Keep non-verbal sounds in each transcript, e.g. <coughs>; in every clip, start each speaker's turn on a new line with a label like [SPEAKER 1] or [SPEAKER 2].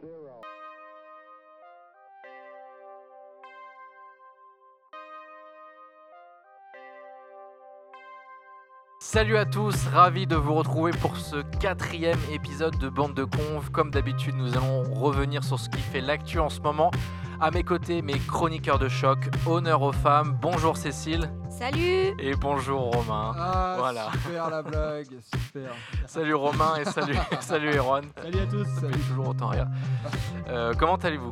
[SPEAKER 1] zero.
[SPEAKER 2] Salut à tous, ravi de vous retrouver pour ce quatrième épisode de Bande de Conve. Comme d'habitude, nous allons revenir sur ce qui fait l'actu en ce moment. À mes côtés, mes chroniqueurs de choc, honneur aux femmes. Bonjour Cécile
[SPEAKER 3] Salut
[SPEAKER 2] et bonjour Romain.
[SPEAKER 4] Ah,
[SPEAKER 2] Voilà.
[SPEAKER 4] super la blague, super.
[SPEAKER 2] Salut Romain et salut, <laughs> salut Aaron.
[SPEAKER 4] Salut à tous.
[SPEAKER 2] Ça fait toujours autant rire. Euh, comment allez-vous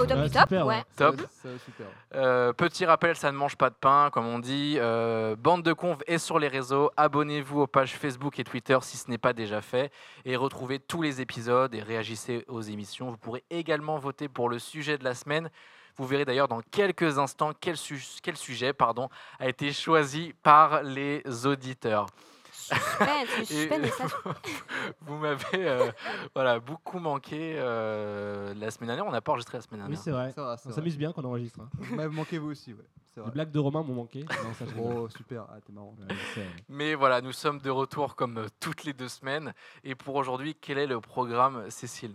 [SPEAKER 3] Au top
[SPEAKER 5] Ouais,
[SPEAKER 3] du top,
[SPEAKER 5] super,
[SPEAKER 3] ouais.
[SPEAKER 5] ouais.
[SPEAKER 2] Top.
[SPEAKER 4] Ça, va super.
[SPEAKER 2] Euh, petit rappel, ça ne mange pas de pain, comme on dit. Euh, Bande de conves est sur les réseaux. Abonnez-vous aux pages Facebook et Twitter si ce n'est pas déjà fait. Et retrouvez tous les épisodes et réagissez aux émissions. Vous pourrez également voter pour le sujet de la semaine. Vous verrez d'ailleurs dans quelques instants quel, su- quel sujet pardon, a été choisi par les auditeurs. <laughs>
[SPEAKER 3] Suspense, le suspense
[SPEAKER 2] Et-
[SPEAKER 3] est satisfait.
[SPEAKER 2] Vous m'avez euh, <laughs> voilà, beaucoup manqué euh, la semaine dernière. On n'a pas enregistré la semaine
[SPEAKER 5] Oui,
[SPEAKER 2] dernière.
[SPEAKER 5] c'est vrai.
[SPEAKER 4] Ça va, ça
[SPEAKER 5] On
[SPEAKER 4] va.
[SPEAKER 5] s'amuse bien quand on enregistre. hein.
[SPEAKER 4] Mais manquez-vous aussi, ouais. C'est vrai.
[SPEAKER 5] Les blagues de Romain m'ont manqué. Non, ça, je rigole.
[SPEAKER 4] Oh, super. Ah, t'es marrant.
[SPEAKER 5] Ouais, c'est-
[SPEAKER 2] Mais voilà, nous sommes de retour comme euh, toutes les deux semaines. Et pour aujourd'hui, quel est le programme, Cécile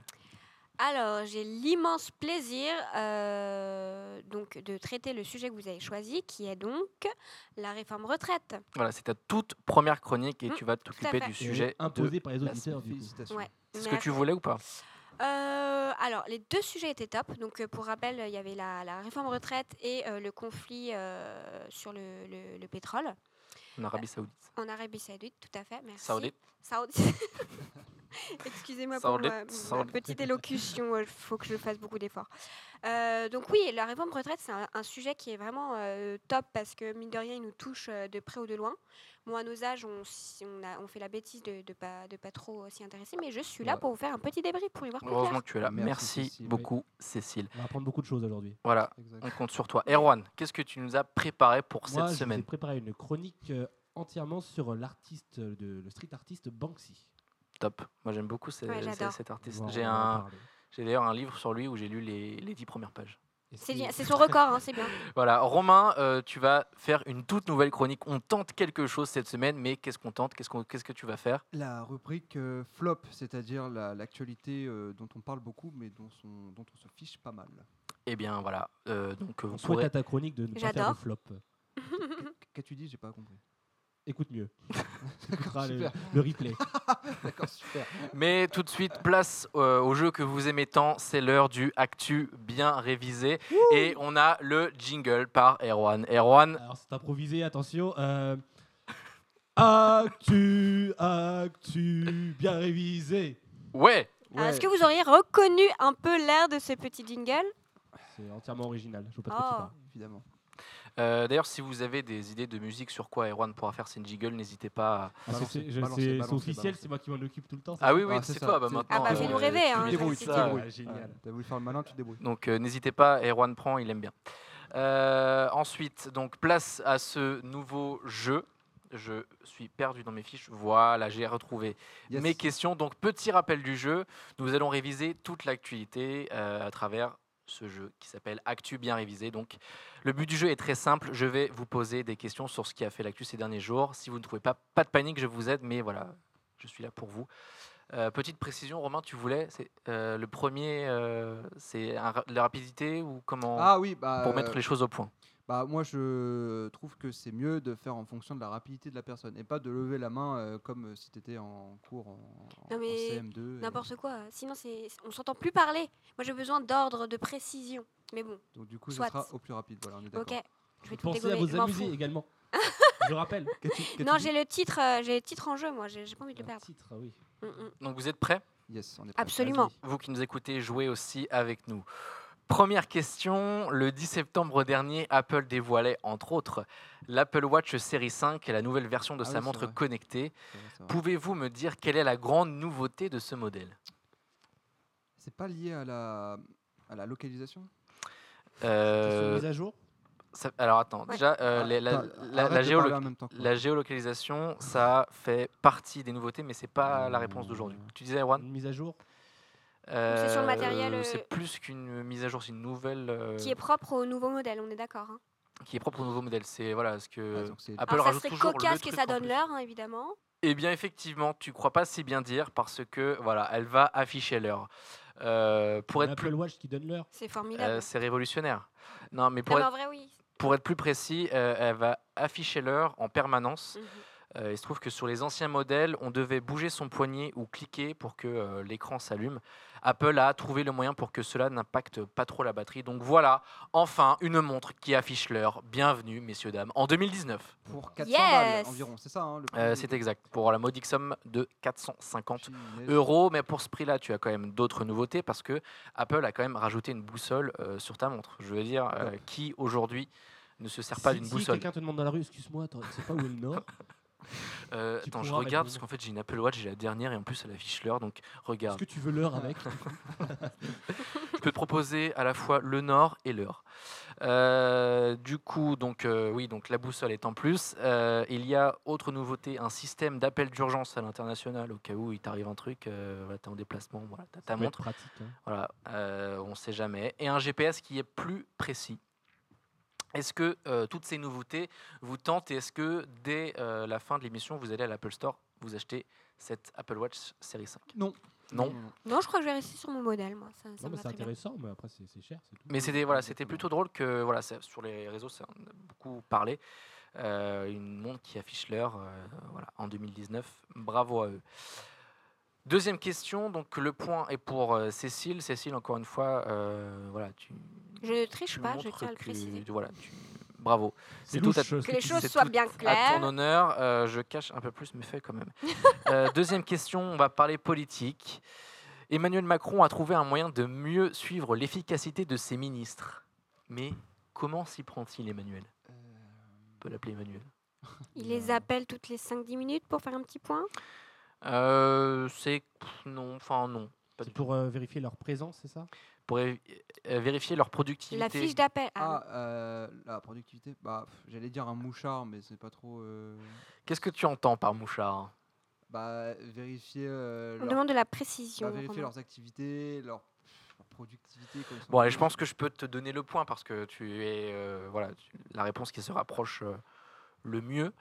[SPEAKER 3] Alors, j'ai l'immense plaisir euh, donc, de traiter le sujet que vous avez choisi, qui est donc la réforme retraite.
[SPEAKER 2] Voilà, c'est ta toute première chronique et
[SPEAKER 3] Mm,
[SPEAKER 2] tu vas t'occuper
[SPEAKER 3] fait.
[SPEAKER 2] du
[SPEAKER 5] Et
[SPEAKER 2] sujet. De...
[SPEAKER 5] imposé par les auditeurs du coup.
[SPEAKER 4] Félicitations.
[SPEAKER 3] Ouais.
[SPEAKER 2] C'est ce que tu voulais ou pas
[SPEAKER 3] Euh, alors, les deux sujets étaient top. Donc, euh, pour rappel, il y avait la, la réforme retraite et euh, le conflit euh, sur le, le- le pétrole
[SPEAKER 2] En
[SPEAKER 3] Euh,
[SPEAKER 2] Arabie Saoudite.
[SPEAKER 3] en Arabie Saoudite, tout à fait. Merci.
[SPEAKER 2] Saoudite.
[SPEAKER 3] Saoudite.
[SPEAKER 2] <laughs>
[SPEAKER 3] Excusez-moi pour
[SPEAKER 2] Saoudite,
[SPEAKER 3] ma, ma
[SPEAKER 2] Saoudite. <laughs>
[SPEAKER 3] petite élocution, euh, il faut que je fasse beaucoup d'efforts. Euh, donc oui, la réforme retraite, c'est un, un sujet qui est vraiment euh, top parce que mine de rien, il nous touche euh, de près ou de loin. Moi, à nos âges, on, s- on, a, on fait la bêtise de ne pas, de pas trop euh, s'y intéresser, mais je suis là
[SPEAKER 4] Ouais.
[SPEAKER 3] pour vous faire un petit débrief, pour y voir plus
[SPEAKER 2] Heureusement
[SPEAKER 3] clair.
[SPEAKER 2] que tu es là.
[SPEAKER 4] Merci,
[SPEAKER 2] Merci,
[SPEAKER 4] Cécile, oui.
[SPEAKER 2] beaucoup, Cécile.
[SPEAKER 5] On va apprendre beaucoup de choses aujourd'hui.
[SPEAKER 2] Voilà,
[SPEAKER 4] Exact.
[SPEAKER 2] on compte sur toi. Erwan, qu'est-ce que tu nous as préparé pour Oh, cette
[SPEAKER 5] Moi, je vous ai
[SPEAKER 2] semaine
[SPEAKER 5] préparé une chronique euh, entièrement sur euh, l'artiste, de, le street artiste Banksy.
[SPEAKER 2] Top. Moi, j'aime beaucoup ce-
[SPEAKER 3] Ouais,
[SPEAKER 2] ce-
[SPEAKER 3] j'adore.
[SPEAKER 2] cet
[SPEAKER 5] On va-
[SPEAKER 2] artiste.
[SPEAKER 5] on
[SPEAKER 2] J'ai
[SPEAKER 5] va en
[SPEAKER 2] un,
[SPEAKER 5] parler.
[SPEAKER 2] j'ai d'ailleurs un livre sur lui où j'ai lu les, les dix premières pages.
[SPEAKER 5] Et
[SPEAKER 3] C'est
[SPEAKER 5] si-
[SPEAKER 3] bien- C'est son record, hein,
[SPEAKER 2] <laughs>
[SPEAKER 3] c'est bien.
[SPEAKER 2] Voilà, Romain, euh, tu vas faire une toute nouvelle chronique. On tente quelque chose cette semaine, mais qu'est-ce qu'on tente Qu'est-ce qu'on- qu'est-ce que tu vas faire
[SPEAKER 4] La rubrique euh, flop, c'est-à-dire la- l'actualité euh, dont on parle beaucoup, mais dont, son- dont on se fiche pas mal.
[SPEAKER 2] Eh bien, voilà. euh, donc, euh, vous
[SPEAKER 5] On souhaite
[SPEAKER 2] pourrez.
[SPEAKER 5] à ta chronique de ne pas faire
[SPEAKER 3] J'adore.
[SPEAKER 5] de flop.
[SPEAKER 4] Qu'as-tu dit J'ai pas compris.
[SPEAKER 5] Écoute mieux. <laughs> Tu écouteras le,
[SPEAKER 4] super.
[SPEAKER 5] le replay.
[SPEAKER 4] D'accord, super.
[SPEAKER 2] Mais tout de suite, place euh, au jeu que vous aimez tant. C'est l'heure du actu bien révisé. Et on a le jingle par Erwan. Erwan,
[SPEAKER 5] Alors c'est improvisé, attention. Euh... Actu, actu, bien révisé.
[SPEAKER 2] ouais
[SPEAKER 3] Alors, Euh, Est-ce que vous auriez reconnu un peu l'air de ce petit jingle
[SPEAKER 5] C'est entièrement original. Je vois pas trop qui
[SPEAKER 3] Oh.
[SPEAKER 5] parle.
[SPEAKER 4] Évidemment.
[SPEAKER 2] Euh, D'ailleurs, si vous avez des idées de musique sur quoi Erwan pourra faire ses jingles, n'hésitez pas. à-
[SPEAKER 5] Ah, c'est-
[SPEAKER 4] Balancez,
[SPEAKER 5] c'est je-
[SPEAKER 4] balancez,
[SPEAKER 5] c'est- c'est
[SPEAKER 4] balancez,
[SPEAKER 5] officiel,
[SPEAKER 4] balancez.
[SPEAKER 5] c'est moi qui m'en occupe tout le temps.
[SPEAKER 2] Ah oui, oui,
[SPEAKER 4] Ah, c'est
[SPEAKER 2] c'est
[SPEAKER 4] ça,
[SPEAKER 2] toi. Bah,
[SPEAKER 4] c'est-
[SPEAKER 2] maintenant,
[SPEAKER 3] Ah bah, fais-nous rêver, hein,
[SPEAKER 2] tu
[SPEAKER 3] ça,
[SPEAKER 2] maîtrises
[SPEAKER 3] c'est
[SPEAKER 2] ça,
[SPEAKER 4] débrouille.
[SPEAKER 2] ouais.
[SPEAKER 5] Ah, génial.
[SPEAKER 4] Ah, T'as voulu faire le malin, tu te débrouilles.
[SPEAKER 2] Donc euh, n'hésitez pas, Erwan prend, il aime bien. Euh, ensuite, donc place à ce nouveau jeu. Je suis perdu dans mes fiches. Voilà, j'ai retrouvé
[SPEAKER 4] Yes.
[SPEAKER 2] mes questions. Donc petit rappel du jeu, nous allons réviser toute l'actualité euh, à travers ce jeu qui s'appelle Actu bien révisé. Donc le but du jeu est très simple, je vais vous poser des questions sur ce qui a fait l'actu ces derniers jours. Si vous ne trouvez pas, pas de panique, je vous aide, mais voilà, je suis là pour vous. Euh, petite précision, Romain, tu voulais, c'est, euh, le premier, euh, c'est un ra- la rapidité ou comment
[SPEAKER 4] Ah oui, bah,
[SPEAKER 2] Pour mettre les choses au point.
[SPEAKER 4] bah moi je trouve que c'est mieux de faire en fonction de la rapidité de la personne et pas de lever la main euh, comme euh, si t'étais en cours en, en-
[SPEAKER 3] Non,
[SPEAKER 4] en
[SPEAKER 3] mais
[SPEAKER 4] CM2. et-
[SPEAKER 3] N'importe quoi. euh, Sinon, c'est- on s'entend plus parler. Moi, j'ai besoin d'ordre, de précision. Mais bon,
[SPEAKER 4] Donc du coup ça
[SPEAKER 3] Soit.
[SPEAKER 4] sera au plus rapide. Voilà, on est
[SPEAKER 3] ok.
[SPEAKER 4] d'accord.
[SPEAKER 2] Ah.
[SPEAKER 3] Je vais tout
[SPEAKER 5] Pensez à
[SPEAKER 3] dégommer, je
[SPEAKER 5] vous
[SPEAKER 3] m'en
[SPEAKER 5] amuser
[SPEAKER 2] <laughs>
[SPEAKER 3] fous.
[SPEAKER 5] également. je rappelle.
[SPEAKER 4] Qu'as-tu- qu'as-tu
[SPEAKER 3] Non,
[SPEAKER 4] dit
[SPEAKER 3] j'ai le titre, euh, j'ai le titre en jeu, moi. J'ai j'ai pas envie de le
[SPEAKER 5] Le
[SPEAKER 3] perdre.
[SPEAKER 5] titre, ah oui.
[SPEAKER 3] Mm, mm.
[SPEAKER 2] Donc vous êtes prêts
[SPEAKER 4] Yes, on est prêt.
[SPEAKER 3] Absolument.
[SPEAKER 5] Vas-y.
[SPEAKER 2] Vous qui nous écoutez, jouez aussi avec nous. Première question, le 10 septembre dernier, Apple dévoilait, entre autres, l'Apple Watch Série 5 et la nouvelle version de
[SPEAKER 4] Ah
[SPEAKER 2] sa
[SPEAKER 4] oui, c'est
[SPEAKER 2] montre
[SPEAKER 4] vrai.
[SPEAKER 2] connectée.
[SPEAKER 4] C'est vrai, c'est vrai.
[SPEAKER 2] Pouvez-vous me dire quelle est la grande nouveauté de ce modèle
[SPEAKER 4] C'est pas lié à la à la localisation
[SPEAKER 5] Question de
[SPEAKER 2] Euh,
[SPEAKER 5] mise à jour.
[SPEAKER 2] ça- Alors attends,
[SPEAKER 3] Ouais.
[SPEAKER 2] déjà, euh,
[SPEAKER 4] Ah,
[SPEAKER 2] les- la,
[SPEAKER 4] t'as-
[SPEAKER 2] la-
[SPEAKER 4] arrête
[SPEAKER 2] la
[SPEAKER 4] de
[SPEAKER 2] géolo-
[SPEAKER 4] parler en même temps que moi.
[SPEAKER 2] la géolocalisation, ça fait partie des nouveautés, mais c'est pas la réponse d'aujourd'hui. Tu disais, Erwan
[SPEAKER 5] Une mise à jour.
[SPEAKER 3] c'est sur le matériel,
[SPEAKER 2] euh,
[SPEAKER 3] euh,
[SPEAKER 2] C'est plus qu'une mise à jour, c'est une nouvelle euh,
[SPEAKER 3] Qui est propre au nouveau modèle, on est d'accord. hein.
[SPEAKER 2] qui est propre au nouveau modèle. C'est voilà ce que
[SPEAKER 4] Ah, donc c'est-
[SPEAKER 2] Apple
[SPEAKER 3] Alors, ça
[SPEAKER 2] rajoute
[SPEAKER 3] serait
[SPEAKER 2] toujours le
[SPEAKER 3] cocasse que
[SPEAKER 2] truc
[SPEAKER 3] ça
[SPEAKER 2] en
[SPEAKER 3] donne
[SPEAKER 2] plus.
[SPEAKER 3] l'heure, hein, évidemment.
[SPEAKER 2] Eh bien, effectivement, tu crois pas si bien dire parce que voilà, elle va afficher l'heure. euh, pour être
[SPEAKER 5] L'Apple
[SPEAKER 2] plus,
[SPEAKER 5] Watch qui donne l'heure.
[SPEAKER 3] C'est
[SPEAKER 2] euh,
[SPEAKER 3] formidable.
[SPEAKER 2] c'est révolutionnaire. Non, mais
[SPEAKER 3] Non,
[SPEAKER 2] pour
[SPEAKER 3] mais en
[SPEAKER 2] être,
[SPEAKER 3] vrai, oui.
[SPEAKER 2] pour être plus précis, euh, elle va afficher l'heure en permanence.
[SPEAKER 3] Mhm.
[SPEAKER 2] Euh, il se trouve que sur les anciens modèles, on devait bouger son poignet ou cliquer pour que euh, l'écran s'allume. Apple a trouvé le moyen pour que cela n'impacte pas trop la batterie. Donc voilà, enfin une montre qui affiche l'heure. Bienvenue, messieurs, dames, en 2019.
[SPEAKER 4] Pour 400
[SPEAKER 3] Yes
[SPEAKER 4] balles environ, c'est ça hein, le prix
[SPEAKER 2] Euh,
[SPEAKER 4] du-
[SPEAKER 2] C'est exact, pour la modique somme de 450
[SPEAKER 4] Punaise.
[SPEAKER 2] euros. Mais pour ce prix-là, tu as quand même d'autres nouveautés parce que Apple a quand même rajouté une boussole euh, sur ta montre. Je veux dire, euh, qui aujourd'hui ne se sert pas
[SPEAKER 5] Si-
[SPEAKER 2] d'une
[SPEAKER 5] si
[SPEAKER 2] boussole
[SPEAKER 5] quelqu'un te demande dans la rue, excuse-moi, attends, tu sais pas où est
[SPEAKER 2] <laughs>
[SPEAKER 5] le nord
[SPEAKER 2] Euh,
[SPEAKER 5] Tu
[SPEAKER 2] Attends, je
[SPEAKER 5] pourras
[SPEAKER 2] regarde
[SPEAKER 5] répondre.
[SPEAKER 2] parce qu'en fait j'ai une Apple Watch, j'ai la dernière et en plus elle affiche l'heure. Donc
[SPEAKER 5] Est-ce <laughs>
[SPEAKER 2] regarde.
[SPEAKER 5] que tu veux l'heure avec
[SPEAKER 2] Je peux te proposer à la fois le nord et l'heure. Euh, du coup, donc euh, oui, donc la boussole est en plus. Euh, il y a autre nouveauté, un système d'appel d'urgence à l'international au cas où il t'arrive un truc, euh, voilà, t'es en déplacement, voilà, t'as ta
[SPEAKER 5] Ça peut être
[SPEAKER 2] montre,
[SPEAKER 5] pratique. hein.
[SPEAKER 2] voilà, euh, on sait jamais. Et un GPS qui est plus précis. Est-ce que euh, toutes ces nouveautés vous tentent et est-ce que dès euh, la fin de l'émission, vous allez à l'Apple Store, vous achetez cette Apple Watch série 5
[SPEAKER 4] Non.
[SPEAKER 2] Non.
[SPEAKER 3] Non, je crois que je vais rester sur mon modèle, moi. Ça, ça
[SPEAKER 5] Non,
[SPEAKER 3] me va
[SPEAKER 5] mais c'est
[SPEAKER 3] très bien.
[SPEAKER 5] intéressant, mais après, c'est c'est cher. c'est tout.
[SPEAKER 2] Mais c'était voilà, c'était plutôt drôle que voilà, ça- sur les réseaux, ça en a beaucoup parlé. Euh, une montre qui affiche l'heure euh, voilà, en 2019. Bravo à eux. Deuxième question, donc le point est pour euh, Cécile. Cécile, encore une fois, euh, voilà, tu,
[SPEAKER 3] Je ne triche
[SPEAKER 2] tu
[SPEAKER 3] pas, je
[SPEAKER 2] montres
[SPEAKER 3] tiens à le
[SPEAKER 2] que-
[SPEAKER 3] préciser.
[SPEAKER 2] voilà, tu- bravo.
[SPEAKER 5] C'est
[SPEAKER 2] tout à-
[SPEAKER 5] louche, ce
[SPEAKER 3] Que
[SPEAKER 5] que
[SPEAKER 3] les
[SPEAKER 5] tu
[SPEAKER 3] choses
[SPEAKER 2] c'est
[SPEAKER 3] soient
[SPEAKER 2] tout
[SPEAKER 3] bien
[SPEAKER 2] À ton
[SPEAKER 3] claires.
[SPEAKER 2] honneur, euh, je cache un peu plus mes feuilles quand
[SPEAKER 3] <laughs>
[SPEAKER 2] même. Euh, deuxième question, on va parler politique. Emmanuel Macron a trouvé un moyen de mieux suivre l'efficacité de ses ministres. Mais comment s'y prend-il, Emmanuel On peut l'appeler Emmanuel.
[SPEAKER 3] Il les appelle toutes les 5-10 minutes pour faire un petit point.
[SPEAKER 2] Euh, c'est pff, non, enfin non. Pas
[SPEAKER 5] C'est
[SPEAKER 2] du tout.
[SPEAKER 5] pour euh, vérifier leur présence, c'est ça Ah
[SPEAKER 2] Pour é- euh, vérifier leur
[SPEAKER 3] La
[SPEAKER 2] productivité.
[SPEAKER 3] fiche d'appel. Ah,
[SPEAKER 4] Ah, euh, la productivité, bah, pff, j'allais dire un mouchard, mais c'est pas trop. euh,
[SPEAKER 2] Qu'est-ce que tu entends par mouchard
[SPEAKER 4] Bah, vérifier, euh,
[SPEAKER 3] on
[SPEAKER 4] leur-
[SPEAKER 3] demande de la
[SPEAKER 4] bah,
[SPEAKER 3] précision.
[SPEAKER 4] vérifier
[SPEAKER 3] Romain.
[SPEAKER 4] leurs activités, leur, leur productivité. quand ils sont
[SPEAKER 2] Bon, allez,
[SPEAKER 4] en
[SPEAKER 2] je
[SPEAKER 4] pause.
[SPEAKER 2] pense que je peux te donner le point parce que tu es euh, voilà, tu- la réponse qui se rapproche euh, le mieux.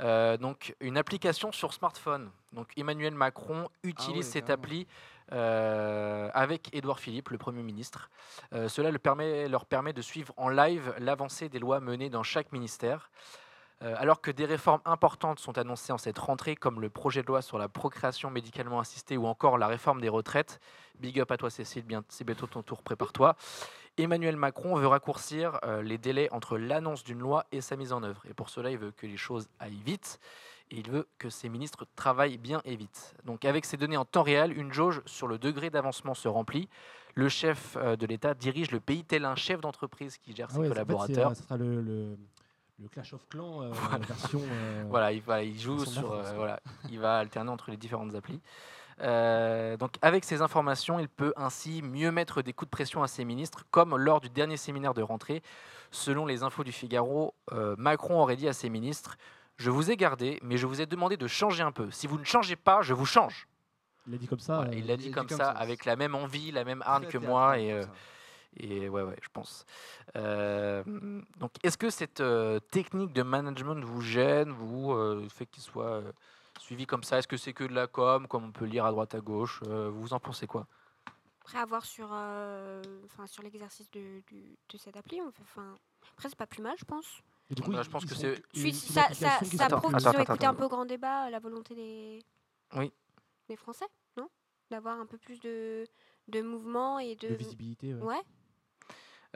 [SPEAKER 2] Euh, donc, une application sur smartphone. Donc, Emmanuel Macron utilise
[SPEAKER 4] ouais,
[SPEAKER 2] cette
[SPEAKER 4] carrément.
[SPEAKER 2] appli euh, avec Édouard Philippe, le Premier ministre. Euh, cela le permet- leur permet de suivre en live l'avancée des lois menées dans chaque ministère. Euh, alors que des réformes importantes sont annoncées en cette rentrée, comme le projet de loi sur la procréation médicalement assistée ou encore la réforme des retraites, big up à toi Cécile, bien- c'est bientôt ton tour, prépare-toi. Emmanuel Macron veut raccourcir euh, les délais entre l'annonce d'une loi et sa mise en œuvre. Et pour cela, il veut que les choses aillent vite. Et il veut que ses ministres travaillent bien et vite. Donc avec ces données en temps réel, une jauge sur le degré d'avancement se remplit. Le chef euh, de l'État dirige le pays tel un chef d'entreprise qui gère
[SPEAKER 5] Ah
[SPEAKER 2] ses
[SPEAKER 5] ouais, c'est- en fait, c'est,
[SPEAKER 2] collaborateurs.
[SPEAKER 5] euh, ça sera le, le, le Clash of Clans euh, version. euh,
[SPEAKER 2] Voilà, il, va, il joue
[SPEAKER 5] Ils sont bien
[SPEAKER 2] sur.
[SPEAKER 5] forts,
[SPEAKER 2] euh,
[SPEAKER 5] ça.
[SPEAKER 2] voilà, il va alterner entre les différentes applis. Euh, donc, avec ces informations, il peut ainsi mieux mettre des coups de pression à ses ministres, comme lors du dernier séminaire de rentrée. Selon les infos du Figaro, euh, Macron aurait dit à ses ministres Je vous ai gardé, mais je vous ai demandé de changer un peu. Si vous ne changez pas, je vous change.
[SPEAKER 5] Il a dit comme ça.
[SPEAKER 2] Voilà,
[SPEAKER 5] euh,
[SPEAKER 2] il l'a
[SPEAKER 4] Ah, il
[SPEAKER 2] dit
[SPEAKER 4] a dit
[SPEAKER 2] comme
[SPEAKER 4] comme
[SPEAKER 2] ça,
[SPEAKER 4] ça.
[SPEAKER 2] avec la même envie, la même hargne
[SPEAKER 4] Très
[SPEAKER 2] que moi.
[SPEAKER 4] théâtral,
[SPEAKER 2] Et, euh,
[SPEAKER 4] comme ça.
[SPEAKER 2] et ouais, ouais, je pense. Euh, donc, est-ce que cette euh, technique de management vous gêne, vous euh, fait qu'il soit euh, suivi comme ça Est-ce que c'est que de la com, comme on peut lire à droite à gauche Euh, Vous en pensez quoi
[SPEAKER 3] Après avoir sur, euh, enfin, sur l'exercice de, du- de cette appli, on fait, enfin, après c'est pas plus mal, je pense.
[SPEAKER 5] et du coup,
[SPEAKER 2] Bah,
[SPEAKER 5] ils-
[SPEAKER 2] je pense
[SPEAKER 5] ils
[SPEAKER 2] que
[SPEAKER 5] sont-
[SPEAKER 2] c'est-
[SPEAKER 5] ils-
[SPEAKER 3] Puis,
[SPEAKER 5] ils-
[SPEAKER 3] ça,
[SPEAKER 5] ils-
[SPEAKER 3] ça,
[SPEAKER 5] ils- ils-
[SPEAKER 3] ça
[SPEAKER 5] ils-
[SPEAKER 2] attends,
[SPEAKER 3] prouve
[SPEAKER 2] attends,
[SPEAKER 3] qu'ils ont
[SPEAKER 2] attends,
[SPEAKER 3] écouté un
[SPEAKER 2] attends.
[SPEAKER 3] peu au grand débat euh, la volonté des,
[SPEAKER 2] Oui.
[SPEAKER 3] des Français, non D'avoir un peu plus de, de mouvement et de.
[SPEAKER 5] de visibilité. ouais.
[SPEAKER 3] ouais,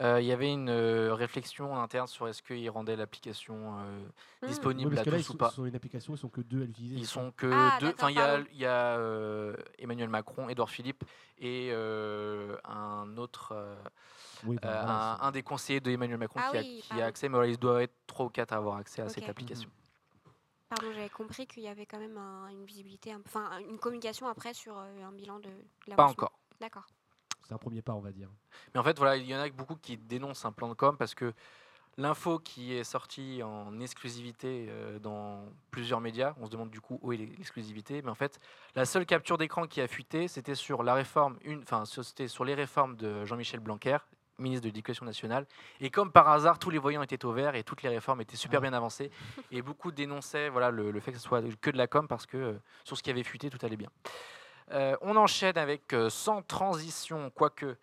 [SPEAKER 2] Euh, Il y avait une euh, réflexion en interne sur est-ce qu'ils rendaient l'application euh,
[SPEAKER 3] Hmm.
[SPEAKER 5] Oui,
[SPEAKER 2] disponible
[SPEAKER 5] parce
[SPEAKER 2] à
[SPEAKER 5] que là, ils
[SPEAKER 2] tous ou
[SPEAKER 5] sont,
[SPEAKER 2] pas
[SPEAKER 5] ils sont une application, ils sont que deux à l'utiliser.
[SPEAKER 2] Ils
[SPEAKER 5] c'est ça
[SPEAKER 2] sont que
[SPEAKER 3] Ah,
[SPEAKER 2] deux.
[SPEAKER 3] d'accord,
[SPEAKER 2] Enfin, il y a,
[SPEAKER 3] pardon.
[SPEAKER 2] il y a, euh, Emmanuel Macron, Édouard Philippe et euh, un autre. euh,
[SPEAKER 5] Oui, bah,
[SPEAKER 2] Euh,
[SPEAKER 5] voilà,
[SPEAKER 2] un, un des conseillers de Emmanuel Macron
[SPEAKER 3] Ah
[SPEAKER 2] qui, a,
[SPEAKER 3] oui,
[SPEAKER 2] qui a
[SPEAKER 3] pardon.
[SPEAKER 2] accès, mais voilà, il doit être 3 ou 4 à avoir accès à
[SPEAKER 3] Ok. Mm.
[SPEAKER 2] cette application.
[SPEAKER 3] pardon, j'avais compris qu'il y avait quand même un- une visibilité, un- enfin une communication après sur euh, un bilan de, de
[SPEAKER 2] Pas
[SPEAKER 3] l'avancement.
[SPEAKER 2] encore.
[SPEAKER 3] D'accord.
[SPEAKER 5] c'est- c'est un premier pas, on va dire.
[SPEAKER 2] Mais en fait, voilà, il y en a beaucoup qui dénoncent un plan de com parce que l'info qui est sortie en exclusivité euh, dans plusieurs médias, on se demande du coup où est l'exclusivité, mais en fait, la seule capture d'écran qui a fuité, c'était sur la réforme, une, enfin, sur- c'était sur les réformes de Jean-Michel Blanquer ministre de l'Éducation nationale. Et comme par hasard, tous les voyants étaient au vert et toutes les réformes étaient super
[SPEAKER 5] Ah.
[SPEAKER 2] bien avancées. Et beaucoup dénonçaient voilà, le, le fait que ce soit que de la com parce que euh, sur ce qui avait fuité, tout allait bien. Euh, on enchaîne avec euh, sans transition, quoique.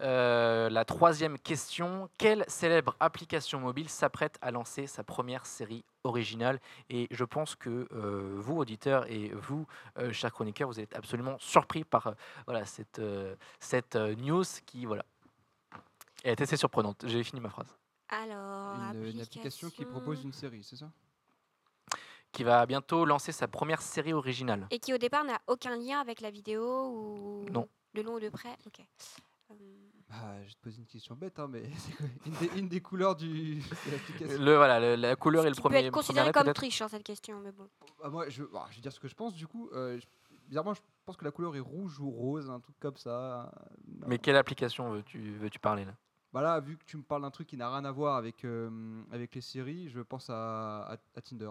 [SPEAKER 2] euh, la troisième question, quelle célèbre application mobile s'apprête à lancer sa première série originale Et je pense que euh, vous, auditeurs, et vous, euh, chers chroniqueurs, vous êtes absolument surpris par euh, voilà, cette, euh, cette euh, news qui voilà, est assez surprenante. J'ai fini ma phrase.
[SPEAKER 3] Alors,
[SPEAKER 4] Une, une application qui propose une série, c'est ça
[SPEAKER 2] Qui va bientôt lancer sa première série originale.
[SPEAKER 3] Et qui au départ n'a aucun lien avec la vidéo ou
[SPEAKER 2] Non.
[SPEAKER 3] de long ou de près. Ok. Euh,
[SPEAKER 4] bah, Je te pose une question bête, hein, mais <laughs> c'est quoi une, des, une des couleurs du, de
[SPEAKER 2] <laughs>
[SPEAKER 4] l'application.
[SPEAKER 2] Le, voilà, le- la couleur
[SPEAKER 3] Ce
[SPEAKER 2] et le
[SPEAKER 3] qui
[SPEAKER 2] premier.
[SPEAKER 3] peut être
[SPEAKER 2] première
[SPEAKER 3] considéré
[SPEAKER 2] lettre,
[SPEAKER 3] comme
[SPEAKER 2] peut-être.
[SPEAKER 3] triche dans cette question, mais bon.
[SPEAKER 4] Bah, moi, je, bah, je vais dire ce que je pense du coup. Euh, je- bizarrement, je pense que la couleur est rouge ou rose, un truc comme ça. Non.
[SPEAKER 2] Mais quelle application veux-tu veux parler là
[SPEAKER 4] Bah là, vu que tu me parles d'un truc qui n'a rien à voir avec, euh, avec les séries, je pense à, à, à Tinder.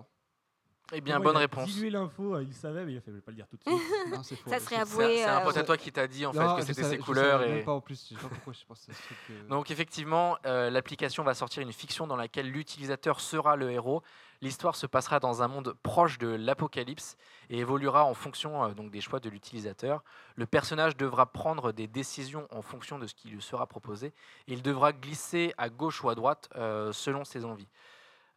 [SPEAKER 2] Eh bien,
[SPEAKER 5] Moi,
[SPEAKER 2] bonne
[SPEAKER 5] il a
[SPEAKER 2] réponse.
[SPEAKER 5] dilué l'info, euh, il savait, mais il a fait, je vais pas le dire tout de <laughs> suite.
[SPEAKER 4] Non, c'est faux.
[SPEAKER 3] Ça
[SPEAKER 4] je-
[SPEAKER 3] serait
[SPEAKER 2] C'est un-
[SPEAKER 4] je-
[SPEAKER 3] avoué.
[SPEAKER 2] c'est un
[SPEAKER 3] euh,
[SPEAKER 2] pote à toi qui t'a dit en fait
[SPEAKER 4] Non,
[SPEAKER 2] que
[SPEAKER 4] je
[SPEAKER 2] c'était
[SPEAKER 4] savais-
[SPEAKER 2] ses
[SPEAKER 4] je
[SPEAKER 2] couleurs
[SPEAKER 4] savais
[SPEAKER 2] et
[SPEAKER 4] même pas en plus, je sais pas pourquoi je pense à ce truc. euh,
[SPEAKER 2] Donc effectivement, euh, l'application va sortir une fiction dans laquelle l'utilisateur sera le héros. L'histoire se passera dans un monde proche de l'apocalypse et évoluera en fonction euh, donc des choix de l'utilisateur. Le personnage devra prendre des décisions en fonction de ce qui lui sera proposé. Il devra glisser à gauche ou à droite euh, selon ses envies.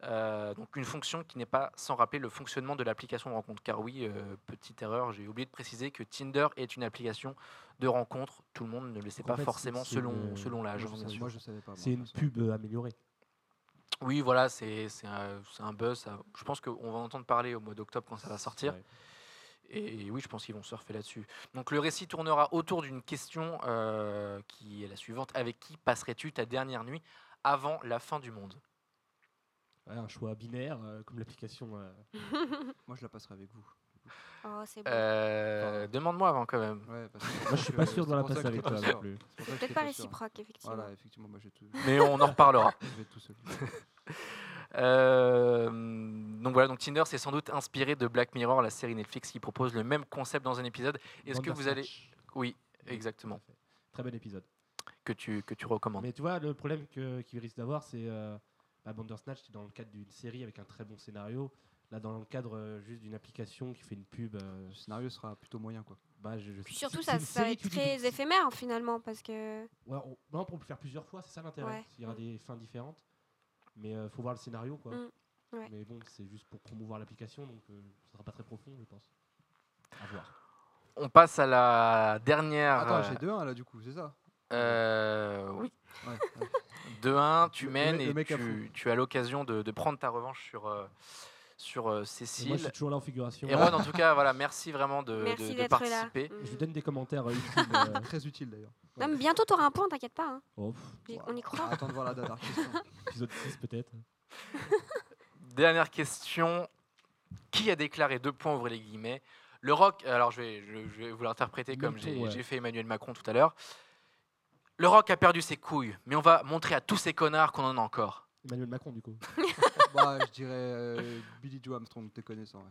[SPEAKER 2] Euh, donc une fonction qui n'est pas sans rappeler le fonctionnement de l'application de rencontre. Car oui, euh, petite erreur, j'ai oublié de préciser que Tinder est une application de rencontre. Tout le monde ne le sait
[SPEAKER 5] En
[SPEAKER 2] pas
[SPEAKER 5] fait,
[SPEAKER 2] forcément
[SPEAKER 5] c'est
[SPEAKER 2] selon,
[SPEAKER 5] une-
[SPEAKER 2] selon
[SPEAKER 4] moi,
[SPEAKER 2] la
[SPEAKER 4] je
[SPEAKER 2] agence.
[SPEAKER 4] savais-
[SPEAKER 2] bien sûr.
[SPEAKER 4] Moi, je savais pas. moi,
[SPEAKER 5] C'est une
[SPEAKER 4] perso.
[SPEAKER 5] pub euh, améliorée.
[SPEAKER 2] Oui, voilà, c'est c'est un, c'est un buzz. ça. Je pense qu'on va en entendre parler au mois d'octobre quand ça va sortir.
[SPEAKER 5] Ouais.
[SPEAKER 2] Et, oui, je pense qu'ils vont surfer là-dessus. Donc le récit tournera autour d'une question euh, qui est la suivante. Avec qui passerais-tu ta dernière nuit avant la fin du monde
[SPEAKER 5] Ouais, un choix binaire, euh, comme l'application. euh,
[SPEAKER 4] Moi, je la passerai avec vous.
[SPEAKER 3] Oh, c'est bon.
[SPEAKER 2] Euh, Demande-moi avant quand même.
[SPEAKER 4] Ouais, parce
[SPEAKER 5] Moi, je suis pas sûr de la
[SPEAKER 4] passer
[SPEAKER 5] passer avec toi non plus.
[SPEAKER 3] C'est peut-être pas réciproque, effectivement.
[SPEAKER 4] Voilà, effectivement, moi, je
[SPEAKER 5] <laughs>
[SPEAKER 4] vais tout-
[SPEAKER 2] Mais on en
[SPEAKER 4] <laughs>
[SPEAKER 5] Ah.
[SPEAKER 2] reparlera.
[SPEAKER 4] je vais être tout seul.
[SPEAKER 2] Euh, donc voilà, donc Tinder, c'est sans doute inspiré de Black Mirror, la série Netflix qui propose le même concept dans un épisode. Est-ce que vous allez...
[SPEAKER 5] Bandersnatch.
[SPEAKER 2] Oui,
[SPEAKER 5] Oui,
[SPEAKER 2] exactement.
[SPEAKER 5] tout à fait. Très bel épisode.
[SPEAKER 2] Que tu, que tu recommandes.
[SPEAKER 5] Mais tu vois, le problème que- qu'il risque d'avoir, c'est. Euh, bah, Bandersnatch, c'est dans le cadre d'une série avec un très bon scénario. Là, dans le cadre euh, juste d'une application qui fait une pub. euh,
[SPEAKER 4] Le scénario sera plutôt moyen, quoi.
[SPEAKER 5] bah, je- je-
[SPEAKER 3] Puis
[SPEAKER 5] c'est-
[SPEAKER 3] surtout,
[SPEAKER 5] c'est
[SPEAKER 3] ça,
[SPEAKER 5] une
[SPEAKER 3] ça va
[SPEAKER 5] série
[SPEAKER 3] être
[SPEAKER 5] qui-
[SPEAKER 3] très éphémère, finalement, parce que.
[SPEAKER 5] Ouais, on, non, pour le faire plusieurs fois, c'est ça l'intérêt.
[SPEAKER 3] Ouais.
[SPEAKER 5] Il y aura des fins différentes. Mais euh, faut voir le scénario, quoi.
[SPEAKER 3] Mm, ouais.
[SPEAKER 5] Mais bon, c'est juste pour promouvoir l'application, donc euh, ce sera pas très profond, je pense. À voir.
[SPEAKER 2] On passe à la
[SPEAKER 5] Ah.
[SPEAKER 2] dernière...
[SPEAKER 4] Attends,
[SPEAKER 2] euh,
[SPEAKER 4] j'ai 2-1 là, du coup, c'est ça
[SPEAKER 2] Euh, oui.
[SPEAKER 4] Ouais, ouais.
[SPEAKER 2] 2-1, tu
[SPEAKER 4] Le- le
[SPEAKER 2] mènes
[SPEAKER 4] mec- le
[SPEAKER 2] et
[SPEAKER 4] mec à
[SPEAKER 2] tu, tu as l'occasion de, de prendre ta revanche sur, euh, sur euh,
[SPEAKER 5] Et moi, je
[SPEAKER 2] Cécile.
[SPEAKER 5] suis toujours là en figuration.
[SPEAKER 2] Et Ron, en tout cas, voilà, merci vraiment de, de-
[SPEAKER 3] Merci
[SPEAKER 2] Euh, de
[SPEAKER 3] d'être là.
[SPEAKER 2] participer.
[SPEAKER 3] Mm.
[SPEAKER 5] <laughs> Je vous donne des commentaires euh, YouTube, euh,
[SPEAKER 4] Très utile d'ailleurs.
[SPEAKER 3] Non, mais bientôt, t'auras un point, t'inquiète pas. hein.
[SPEAKER 5] oh, pff,
[SPEAKER 3] J- On y
[SPEAKER 2] Ah,
[SPEAKER 3] croit.
[SPEAKER 4] Attends de voir la dernière
[SPEAKER 3] <laughs>
[SPEAKER 4] question.
[SPEAKER 5] épisode 6 peut-être.
[SPEAKER 2] Dernière question. Qui a déclaré deux points, ouvrez les guillemets Le rock, alors je vais, je, je vais vous l'interpréter comme
[SPEAKER 5] Même
[SPEAKER 2] j'ai
[SPEAKER 5] ton, ouais.
[SPEAKER 2] j'ai fait Emmanuel Macron tout à l'heure. Le rock a perdu ses couilles, mais on va montrer à tous ces connards qu'on en a encore.
[SPEAKER 5] Emmanuel Macron, du coup.
[SPEAKER 4] Bah, je dirais euh, Billy Joe Armstrong, t'es connaissant. Ouais.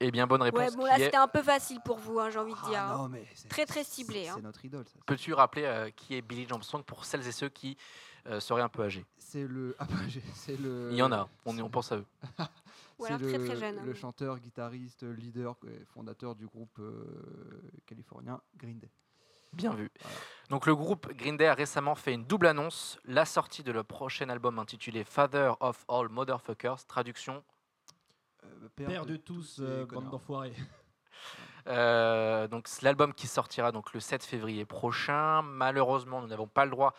[SPEAKER 2] Eh bien, bonne réponse.
[SPEAKER 3] Ouais, bon,
[SPEAKER 2] qui
[SPEAKER 3] là,
[SPEAKER 2] est-
[SPEAKER 3] c'était un peu facile pour vous, hein, j'ai envie de dire.
[SPEAKER 4] Ah,
[SPEAKER 3] hein.
[SPEAKER 4] non, mais c'est-
[SPEAKER 3] Très, très
[SPEAKER 4] c'est-
[SPEAKER 3] ciblé,
[SPEAKER 4] C'est
[SPEAKER 3] hein.
[SPEAKER 4] notre idole, ça.
[SPEAKER 2] Peux-tu rappeler euh, qui est Billy Joe Armstrong pour celles et ceux qui euh, seraient un peu âgés
[SPEAKER 4] C'est le. Ah, bah, j'ai- c'est le.
[SPEAKER 2] Il y en a, on, on pense à eux.
[SPEAKER 3] Ou
[SPEAKER 4] c'est
[SPEAKER 3] alors
[SPEAKER 4] le,
[SPEAKER 3] très, très jeune. hein,
[SPEAKER 4] le
[SPEAKER 3] mais-
[SPEAKER 4] chanteur, guitariste, leader, euh, fondateur du groupe euh, californien Green Day.
[SPEAKER 2] Bien vu.
[SPEAKER 4] Voilà.
[SPEAKER 2] Donc le groupe Green Day a récemment fait une double annonce, la sortie de leur prochain album intitulé Father of All Motherfuckers, traduction.
[SPEAKER 4] Euh,
[SPEAKER 5] Père de tous,
[SPEAKER 4] les
[SPEAKER 5] euh,
[SPEAKER 4] connards.
[SPEAKER 5] bande d'enfoirés.
[SPEAKER 2] Euh, donc c'est l'album qui sortira donc le 7 février prochain. Malheureusement, nous n'avons pas le droit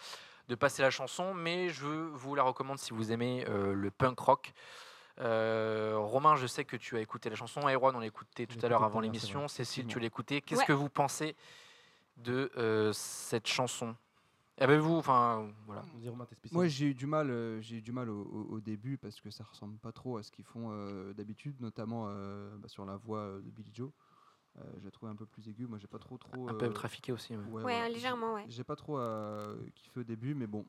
[SPEAKER 2] de passer la chanson, mais je vous la recommande si vous aimez euh, le punk rock. Euh, Romain, je sais que tu as écouté la chanson. Erwan, on l'a écouté tout
[SPEAKER 5] l'a
[SPEAKER 2] à l'heure
[SPEAKER 5] écouté
[SPEAKER 2] avant
[SPEAKER 5] tout à l'heure,
[SPEAKER 2] l'émission. Cécile, tu
[SPEAKER 4] Effectivement.
[SPEAKER 2] l'écoutais. Qu'est-ce
[SPEAKER 3] Ouais.
[SPEAKER 2] que vous pensez de euh, cette chanson Avez-vous, enfin, voilà.
[SPEAKER 5] On dit Romain, t'es spécial.
[SPEAKER 4] Moi, j'ai eu du mal, euh, j'ai eu du mal au, au- au début parce que ça ressemble pas trop à ce qu'ils font euh, d'habitude, notamment euh, bah, sur la voix euh, de Billy Joe. Euh, je la trouvais un peu plus aiguë. Moi, j'ai pas trop trop.
[SPEAKER 2] Un peu
[SPEAKER 4] euh,
[SPEAKER 2] trafiqué aussi. ouais.
[SPEAKER 4] ouais,
[SPEAKER 3] Ouais,
[SPEAKER 5] euh,
[SPEAKER 3] hein,
[SPEAKER 4] voilà.
[SPEAKER 3] légèrement, ouais.
[SPEAKER 4] J'ai pas trop euh, kiffé au début, mais bon,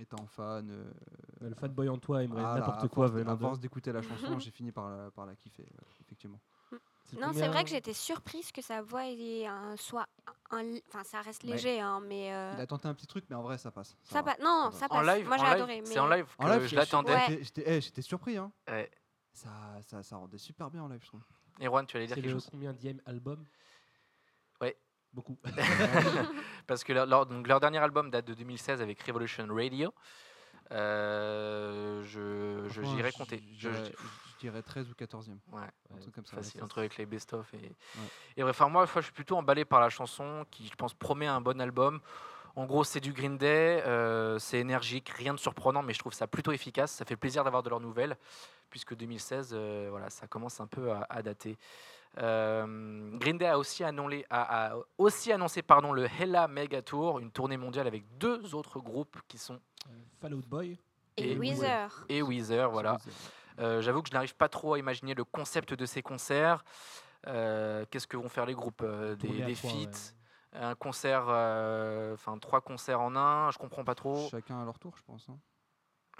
[SPEAKER 4] étant fan, euh,
[SPEAKER 5] Euh, Le fanboy en toi, il me reste
[SPEAKER 4] ah là, à
[SPEAKER 5] n'importe quoi.
[SPEAKER 4] force de-
[SPEAKER 5] venant
[SPEAKER 4] à
[SPEAKER 5] de-
[SPEAKER 4] force
[SPEAKER 3] <laughs>
[SPEAKER 4] d'écouter la chanson, j'ai fini par la, par la kiffer, ouais, effectivement.
[SPEAKER 5] le
[SPEAKER 3] Non, c'est
[SPEAKER 5] combien-
[SPEAKER 3] vrai que j'étais surprise que sa voix ait un, soit un, li- enfin ça reste
[SPEAKER 4] Ouais.
[SPEAKER 3] léger hein, mais euh,
[SPEAKER 4] Il a tenté un petit truc, mais en vrai, ça passe. ça
[SPEAKER 3] ça
[SPEAKER 4] va.
[SPEAKER 3] passe. Non,
[SPEAKER 4] va.
[SPEAKER 3] ça passe.
[SPEAKER 2] En live,
[SPEAKER 3] Ah bah, Moi
[SPEAKER 2] en
[SPEAKER 3] j'ai
[SPEAKER 2] live,
[SPEAKER 3] adoré mais
[SPEAKER 2] c'est en live que
[SPEAKER 4] En live,
[SPEAKER 2] je
[SPEAKER 4] suis-
[SPEAKER 2] l'attendais.
[SPEAKER 3] Ouais.
[SPEAKER 4] j'étais- J'étais eh, j'étais surpris. Hein.
[SPEAKER 2] Ouais.
[SPEAKER 4] Ça, ça, ça rendait super bien en live, je trouve.
[SPEAKER 2] Erwan, tu allais dire
[SPEAKER 5] C'est
[SPEAKER 2] quelque
[SPEAKER 5] le
[SPEAKER 2] chose
[SPEAKER 5] combien dixième album
[SPEAKER 2] Ouais.
[SPEAKER 5] beaucoup.
[SPEAKER 2] Parce que leur, leur- donc leur dernier album date de 2016 avec Revolution Radio. Euh, je je-
[SPEAKER 4] Franchement,
[SPEAKER 2] j'irai
[SPEAKER 4] je-
[SPEAKER 2] compter.
[SPEAKER 4] Je,
[SPEAKER 2] Je- je-
[SPEAKER 4] dirais- je dirais 13 ou 14e.
[SPEAKER 2] Ouais.
[SPEAKER 4] Un truc comme ça.
[SPEAKER 2] facile entre avec les best-of et, et bref, enfin, moi, je suis plutôt emballé par la chanson qui, je pense, promet un bon album. En gros, c'est du Green Day, euh, c'est énergique, rien de surprenant, mais je trouve ça plutôt efficace. Ça fait plaisir d'avoir de leurs nouvelles, puisque 2016, euh, voilà, ça commence un peu à, à dater. Euh, Green Day a aussi, annolé- a- a aussi annoncé pardon, le Hella Mega Tour, une tournée mondiale avec deux autres groupes qui sont
[SPEAKER 5] Euh, Fall Out Boy.
[SPEAKER 3] Et,
[SPEAKER 2] Et
[SPEAKER 3] Weezer.
[SPEAKER 2] et Weezer, Eh voilà. Euh, J'avoue que je n'arrive pas trop à imaginer le concept de ces concerts. Euh, Qu'est-ce que vont faire les groupes euh,
[SPEAKER 5] tournée
[SPEAKER 2] Des,
[SPEAKER 5] à
[SPEAKER 2] des
[SPEAKER 5] trois,
[SPEAKER 2] feats
[SPEAKER 5] ouais.
[SPEAKER 2] un concert, euh, enfin trois concerts en un, je comprends pas trop.
[SPEAKER 4] Chacun à leur tour, je pense. hein.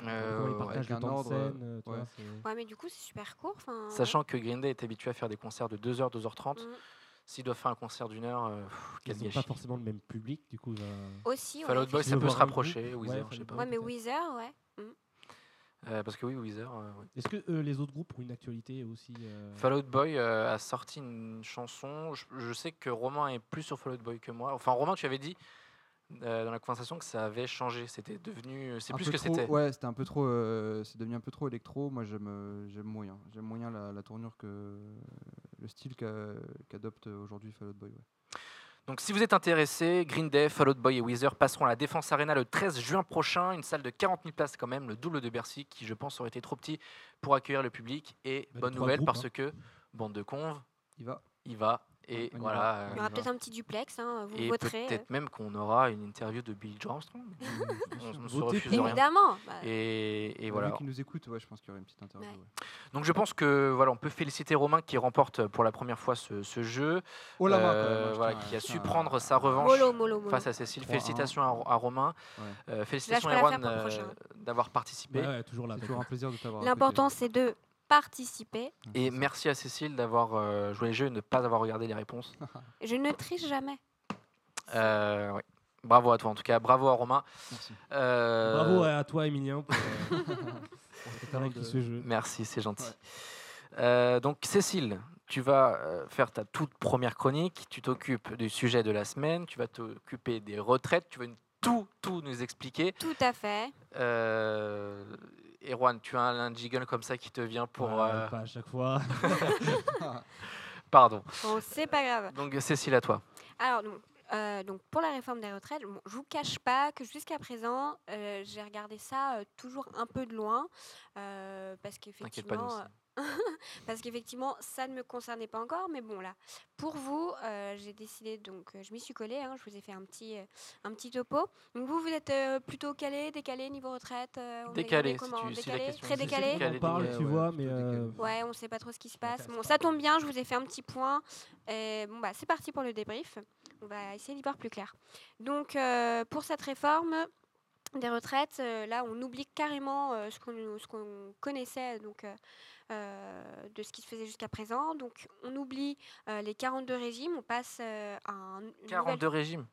[SPEAKER 2] Euh,
[SPEAKER 5] Comment ils
[SPEAKER 2] ouais.
[SPEAKER 5] partagent
[SPEAKER 4] un
[SPEAKER 5] le temps
[SPEAKER 4] ordre,
[SPEAKER 5] de scène. euh, tu
[SPEAKER 4] ouais.
[SPEAKER 5] vois, c'est-
[SPEAKER 3] Ouais, mais du coup, c'est super court. enfin,
[SPEAKER 2] Sachant que Green Day est habitué à faire des concerts de 2h, 2h30,
[SPEAKER 3] ouais. Mm.
[SPEAKER 2] s'ils doivent faire un concert d'une heure, euh, pff, quel
[SPEAKER 5] Ils n'ont pas
[SPEAKER 2] gâchis.
[SPEAKER 5] forcément le même public, du coup. euh.
[SPEAKER 3] Aussi,
[SPEAKER 2] Fall
[SPEAKER 3] ouais.
[SPEAKER 2] Out Boy,
[SPEAKER 5] Tu
[SPEAKER 2] ça
[SPEAKER 5] veux
[SPEAKER 2] peut se
[SPEAKER 5] voir un
[SPEAKER 2] rapprocher,
[SPEAKER 5] groupe
[SPEAKER 2] Weezer,
[SPEAKER 5] Ouais,
[SPEAKER 2] je sais
[SPEAKER 5] Fall Out
[SPEAKER 2] pas.
[SPEAKER 5] Boy.
[SPEAKER 3] Ouais, mais
[SPEAKER 5] peut-être.
[SPEAKER 3] Weezer, ouais.
[SPEAKER 2] Euh, parce que oui, Weezer. euh, ouais.
[SPEAKER 5] Est-ce que euh, les autres groupes ont une actualité aussi euh,
[SPEAKER 2] Fall Out Boy euh, a sorti une chanson. Je, je sais que Romain est plus sur Fall Out Boy que moi. Enfin, Romain, tu avais dit euh, dans la conversation que ça avait changé. C'était devenu. C'est
[SPEAKER 4] Un
[SPEAKER 2] plus ce
[SPEAKER 4] peu
[SPEAKER 2] que
[SPEAKER 4] trop-
[SPEAKER 2] c'était.
[SPEAKER 4] Ouais, c'était un peu trop. euh, c'est devenu un peu trop électro. Moi, j'aime, euh, j'aime moyen. J'aime moyen la, la tournure que. Le style qu'a- qu'adopte aujourd'hui Fall Out Boy. ouais.
[SPEAKER 2] Donc si vous êtes intéressé, Green Day, Fall Out Boy et Weezer passeront à la Défense Arena le 13 juin prochain, une salle de 40 000 places quand même, le double de Bercy, qui je pense aurait été trop petit pour accueillir le public. Et
[SPEAKER 5] Bah, les
[SPEAKER 2] bonne
[SPEAKER 5] trois
[SPEAKER 2] nouvelle
[SPEAKER 5] groupes,
[SPEAKER 2] parce
[SPEAKER 5] hein.
[SPEAKER 2] que bande de conves,
[SPEAKER 4] Il va.
[SPEAKER 2] il va et
[SPEAKER 4] On y va.
[SPEAKER 2] voilà.
[SPEAKER 3] Il
[SPEAKER 2] euh,
[SPEAKER 3] y aura peut-être un petit duplex, hein, vous
[SPEAKER 2] et
[SPEAKER 3] voterez. euh,
[SPEAKER 2] peut-être même qu'on aura une interview de Billy Joe Armstrong. on on se
[SPEAKER 5] Votez
[SPEAKER 2] refuse rien.
[SPEAKER 5] pour.
[SPEAKER 3] Évidemment. bah,
[SPEAKER 2] Et, et
[SPEAKER 4] Vu
[SPEAKER 2] voilà.
[SPEAKER 4] qu'ils Euh, nous écoutent, ouais, je pense qu'il y aurait une petite interview.
[SPEAKER 3] Ouais.
[SPEAKER 4] ouais.
[SPEAKER 2] Donc je pense que voilà, on peut féliciter Romain qui remporte euh, pour la première fois ce, ce jeu,
[SPEAKER 4] Oh la main, quand
[SPEAKER 2] Euh,
[SPEAKER 4] même, hein, je
[SPEAKER 2] voilà,
[SPEAKER 4] tiens à-
[SPEAKER 2] qui a
[SPEAKER 4] je
[SPEAKER 2] su
[SPEAKER 4] tiens à-
[SPEAKER 2] prendre sa revanche.
[SPEAKER 3] Mollo, mollo, mollo.
[SPEAKER 2] face à Cécile.
[SPEAKER 4] 3-1.
[SPEAKER 2] Félicitations à, à Romain.
[SPEAKER 4] Ouais.
[SPEAKER 2] Euh, félicitations
[SPEAKER 3] Lâche pas
[SPEAKER 2] Erwan
[SPEAKER 3] l'affaire pour le
[SPEAKER 2] euh,
[SPEAKER 3] prochain.
[SPEAKER 2] d'avoir participé.
[SPEAKER 5] Ouais, ouais, toujours là.
[SPEAKER 4] C'est
[SPEAKER 5] par
[SPEAKER 4] toujours un
[SPEAKER 5] contre.
[SPEAKER 4] plaisir de t'avoir. à côté.
[SPEAKER 3] L'important, c'est de participer.
[SPEAKER 4] Ouais,
[SPEAKER 2] Et
[SPEAKER 4] c'est ça.
[SPEAKER 2] merci à Cécile d'avoir euh, joué le jeu et ne pas avoir regardé les réponses.
[SPEAKER 3] Je ne triche jamais.
[SPEAKER 2] Euh, ouais. Bravo à toi en tout cas, bravo à Romain.
[SPEAKER 4] Merci.
[SPEAKER 2] Euh,
[SPEAKER 5] Bravo à, à toi, Emilien, pour,
[SPEAKER 2] <laughs>
[SPEAKER 5] euh, pour ce talent de ce jeu.
[SPEAKER 2] Merci, c'est gentil.
[SPEAKER 4] Ouais.
[SPEAKER 2] Euh, donc Cécile, tu vas euh, faire ta toute première chronique, tu t'occupes du sujet de la semaine, tu vas t'occuper des retraites, tu vas nous- tout, tout nous expliquer.
[SPEAKER 3] Tout à fait.
[SPEAKER 2] Euh, Erwan, tu as un, un jingle comme ça qui te vient pour...
[SPEAKER 5] Ouais,
[SPEAKER 2] euh,
[SPEAKER 5] Pas à chaque fois.
[SPEAKER 2] Pardon.
[SPEAKER 3] Bon, c'est pas grave.
[SPEAKER 2] Donc Cécile, à toi.
[SPEAKER 3] Alors, donc, euh, donc, pour la réforme des retraites, bon, je vous cache pas que jusqu'à présent, euh, j'ai regardé ça euh, toujours un peu de loin. euh, parce
[SPEAKER 2] T'inquiète pas, nous
[SPEAKER 3] qu'effectivement, euh,
[SPEAKER 2] aussi.
[SPEAKER 3] Parce qu'effectivement, ça ne me concernait pas encore, mais bon là, pour vous, euh, j'ai décidé donc, euh, je m'y suis collée, hein, je vous ai fait un petit, euh, un petit topo. Donc vous, vous êtes euh, plutôt calé, décalé niveau retraite, euh, on est- on est
[SPEAKER 2] Décalé, si
[SPEAKER 3] comment
[SPEAKER 2] tu- si la
[SPEAKER 3] décalé,
[SPEAKER 2] question
[SPEAKER 5] <laughs>
[SPEAKER 3] très
[SPEAKER 2] est- si
[SPEAKER 3] décalé.
[SPEAKER 2] décalé.
[SPEAKER 5] On parle,
[SPEAKER 4] Ouais, ouais,
[SPEAKER 5] tu vois, mais.
[SPEAKER 4] plutôt
[SPEAKER 5] euh,
[SPEAKER 4] décalé.
[SPEAKER 3] Ouais, on ne sait pas trop ce qui se passe.
[SPEAKER 5] m'intéresse
[SPEAKER 3] Bon,
[SPEAKER 5] pas.
[SPEAKER 3] ça tombe bien, je vous ai fait un petit point. Et bon, bah, c'est parti pour le débrief. On va essayer d'y voir plus clair. Donc, euh, pour cette réforme des retraites, euh, là, on oublie carrément euh, ce qu'on ce qu'on connaissait donc, euh, euh, de ce qui se faisait jusqu'à présent. Donc, on oublie euh, les 42 régimes, on passe euh, à un, une nouvelle-
[SPEAKER 2] 42 régimes.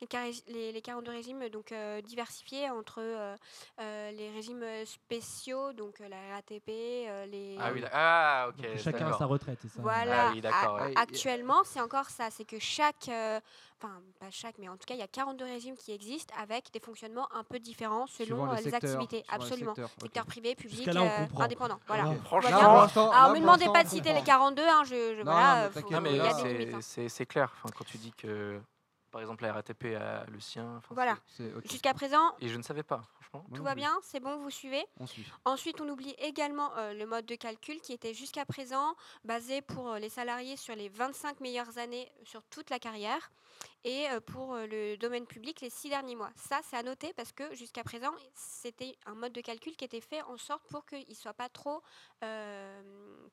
[SPEAKER 3] les, carré- les- les 42 régimes donc, euh, diversifiés entre euh, euh, les régimes spéciaux, donc euh, la RATP, euh, les...
[SPEAKER 2] Ah oui, d'ac- ah ok.
[SPEAKER 5] donc chacun a
[SPEAKER 2] d'accord.
[SPEAKER 5] sa retraite, c'est ça
[SPEAKER 3] Voilà.
[SPEAKER 2] Ah oui, d'accord,
[SPEAKER 3] A-
[SPEAKER 4] ouais.
[SPEAKER 3] Actuellement, c'est encore ça. C'est que chaque. euh, Enfin, pas chaque, mais en tout cas, il y a 42 régimes qui existent avec des fonctionnements un peu différents selon
[SPEAKER 4] Suivant
[SPEAKER 3] euh, les,
[SPEAKER 4] secteurs,
[SPEAKER 3] activités.
[SPEAKER 4] suivant les
[SPEAKER 3] Absolument.
[SPEAKER 4] secteurs, ok.
[SPEAKER 3] Secteur privé, public,
[SPEAKER 5] Jusqu'à là, on
[SPEAKER 3] euh,
[SPEAKER 5] comprend.
[SPEAKER 3] indépendant. Voilà.
[SPEAKER 4] Ok.
[SPEAKER 3] Voilà.
[SPEAKER 4] Là, pour
[SPEAKER 2] Franchement,
[SPEAKER 4] l'instant- là,
[SPEAKER 3] Alors, me
[SPEAKER 4] pour
[SPEAKER 3] demandez
[SPEAKER 4] l'instant,
[SPEAKER 3] pas
[SPEAKER 4] on
[SPEAKER 3] de citer les
[SPEAKER 4] comprend.
[SPEAKER 3] 42, hein, je, je-
[SPEAKER 4] Non, non,
[SPEAKER 3] voilà,
[SPEAKER 4] mais
[SPEAKER 3] euh,
[SPEAKER 4] t'inquiète,
[SPEAKER 3] faut-
[SPEAKER 2] non, Ah, mais
[SPEAKER 3] il y a
[SPEAKER 4] là,
[SPEAKER 3] des
[SPEAKER 2] c'est-
[SPEAKER 3] limites. hein.
[SPEAKER 2] c'est c'est clair. Enfin, quand tu dis que, par exemple, la RATP a le sien. enfin,
[SPEAKER 3] Voilà.
[SPEAKER 4] C'est- ok.
[SPEAKER 3] Jusqu'à présent,
[SPEAKER 2] c'est- Et je ne savais pas, franchement.
[SPEAKER 4] Moi
[SPEAKER 3] tout
[SPEAKER 4] non
[SPEAKER 3] va
[SPEAKER 4] plus.
[SPEAKER 3] bien, c'est bon, vous suivez.
[SPEAKER 4] On suit.
[SPEAKER 3] Ensuite, on oublie également euh, le mode de calcul qui était jusqu'à présent basé pour euh, les salariés sur les 25 meilleures années euh, sur toute la carrière et euh, pour euh, le domaine public les 6 derniers mois. Ça, c'est à noter parce que jusqu'à présent, c'était un mode de calcul qui était fait en sorte pour qu'ils ne soient pas trop euh,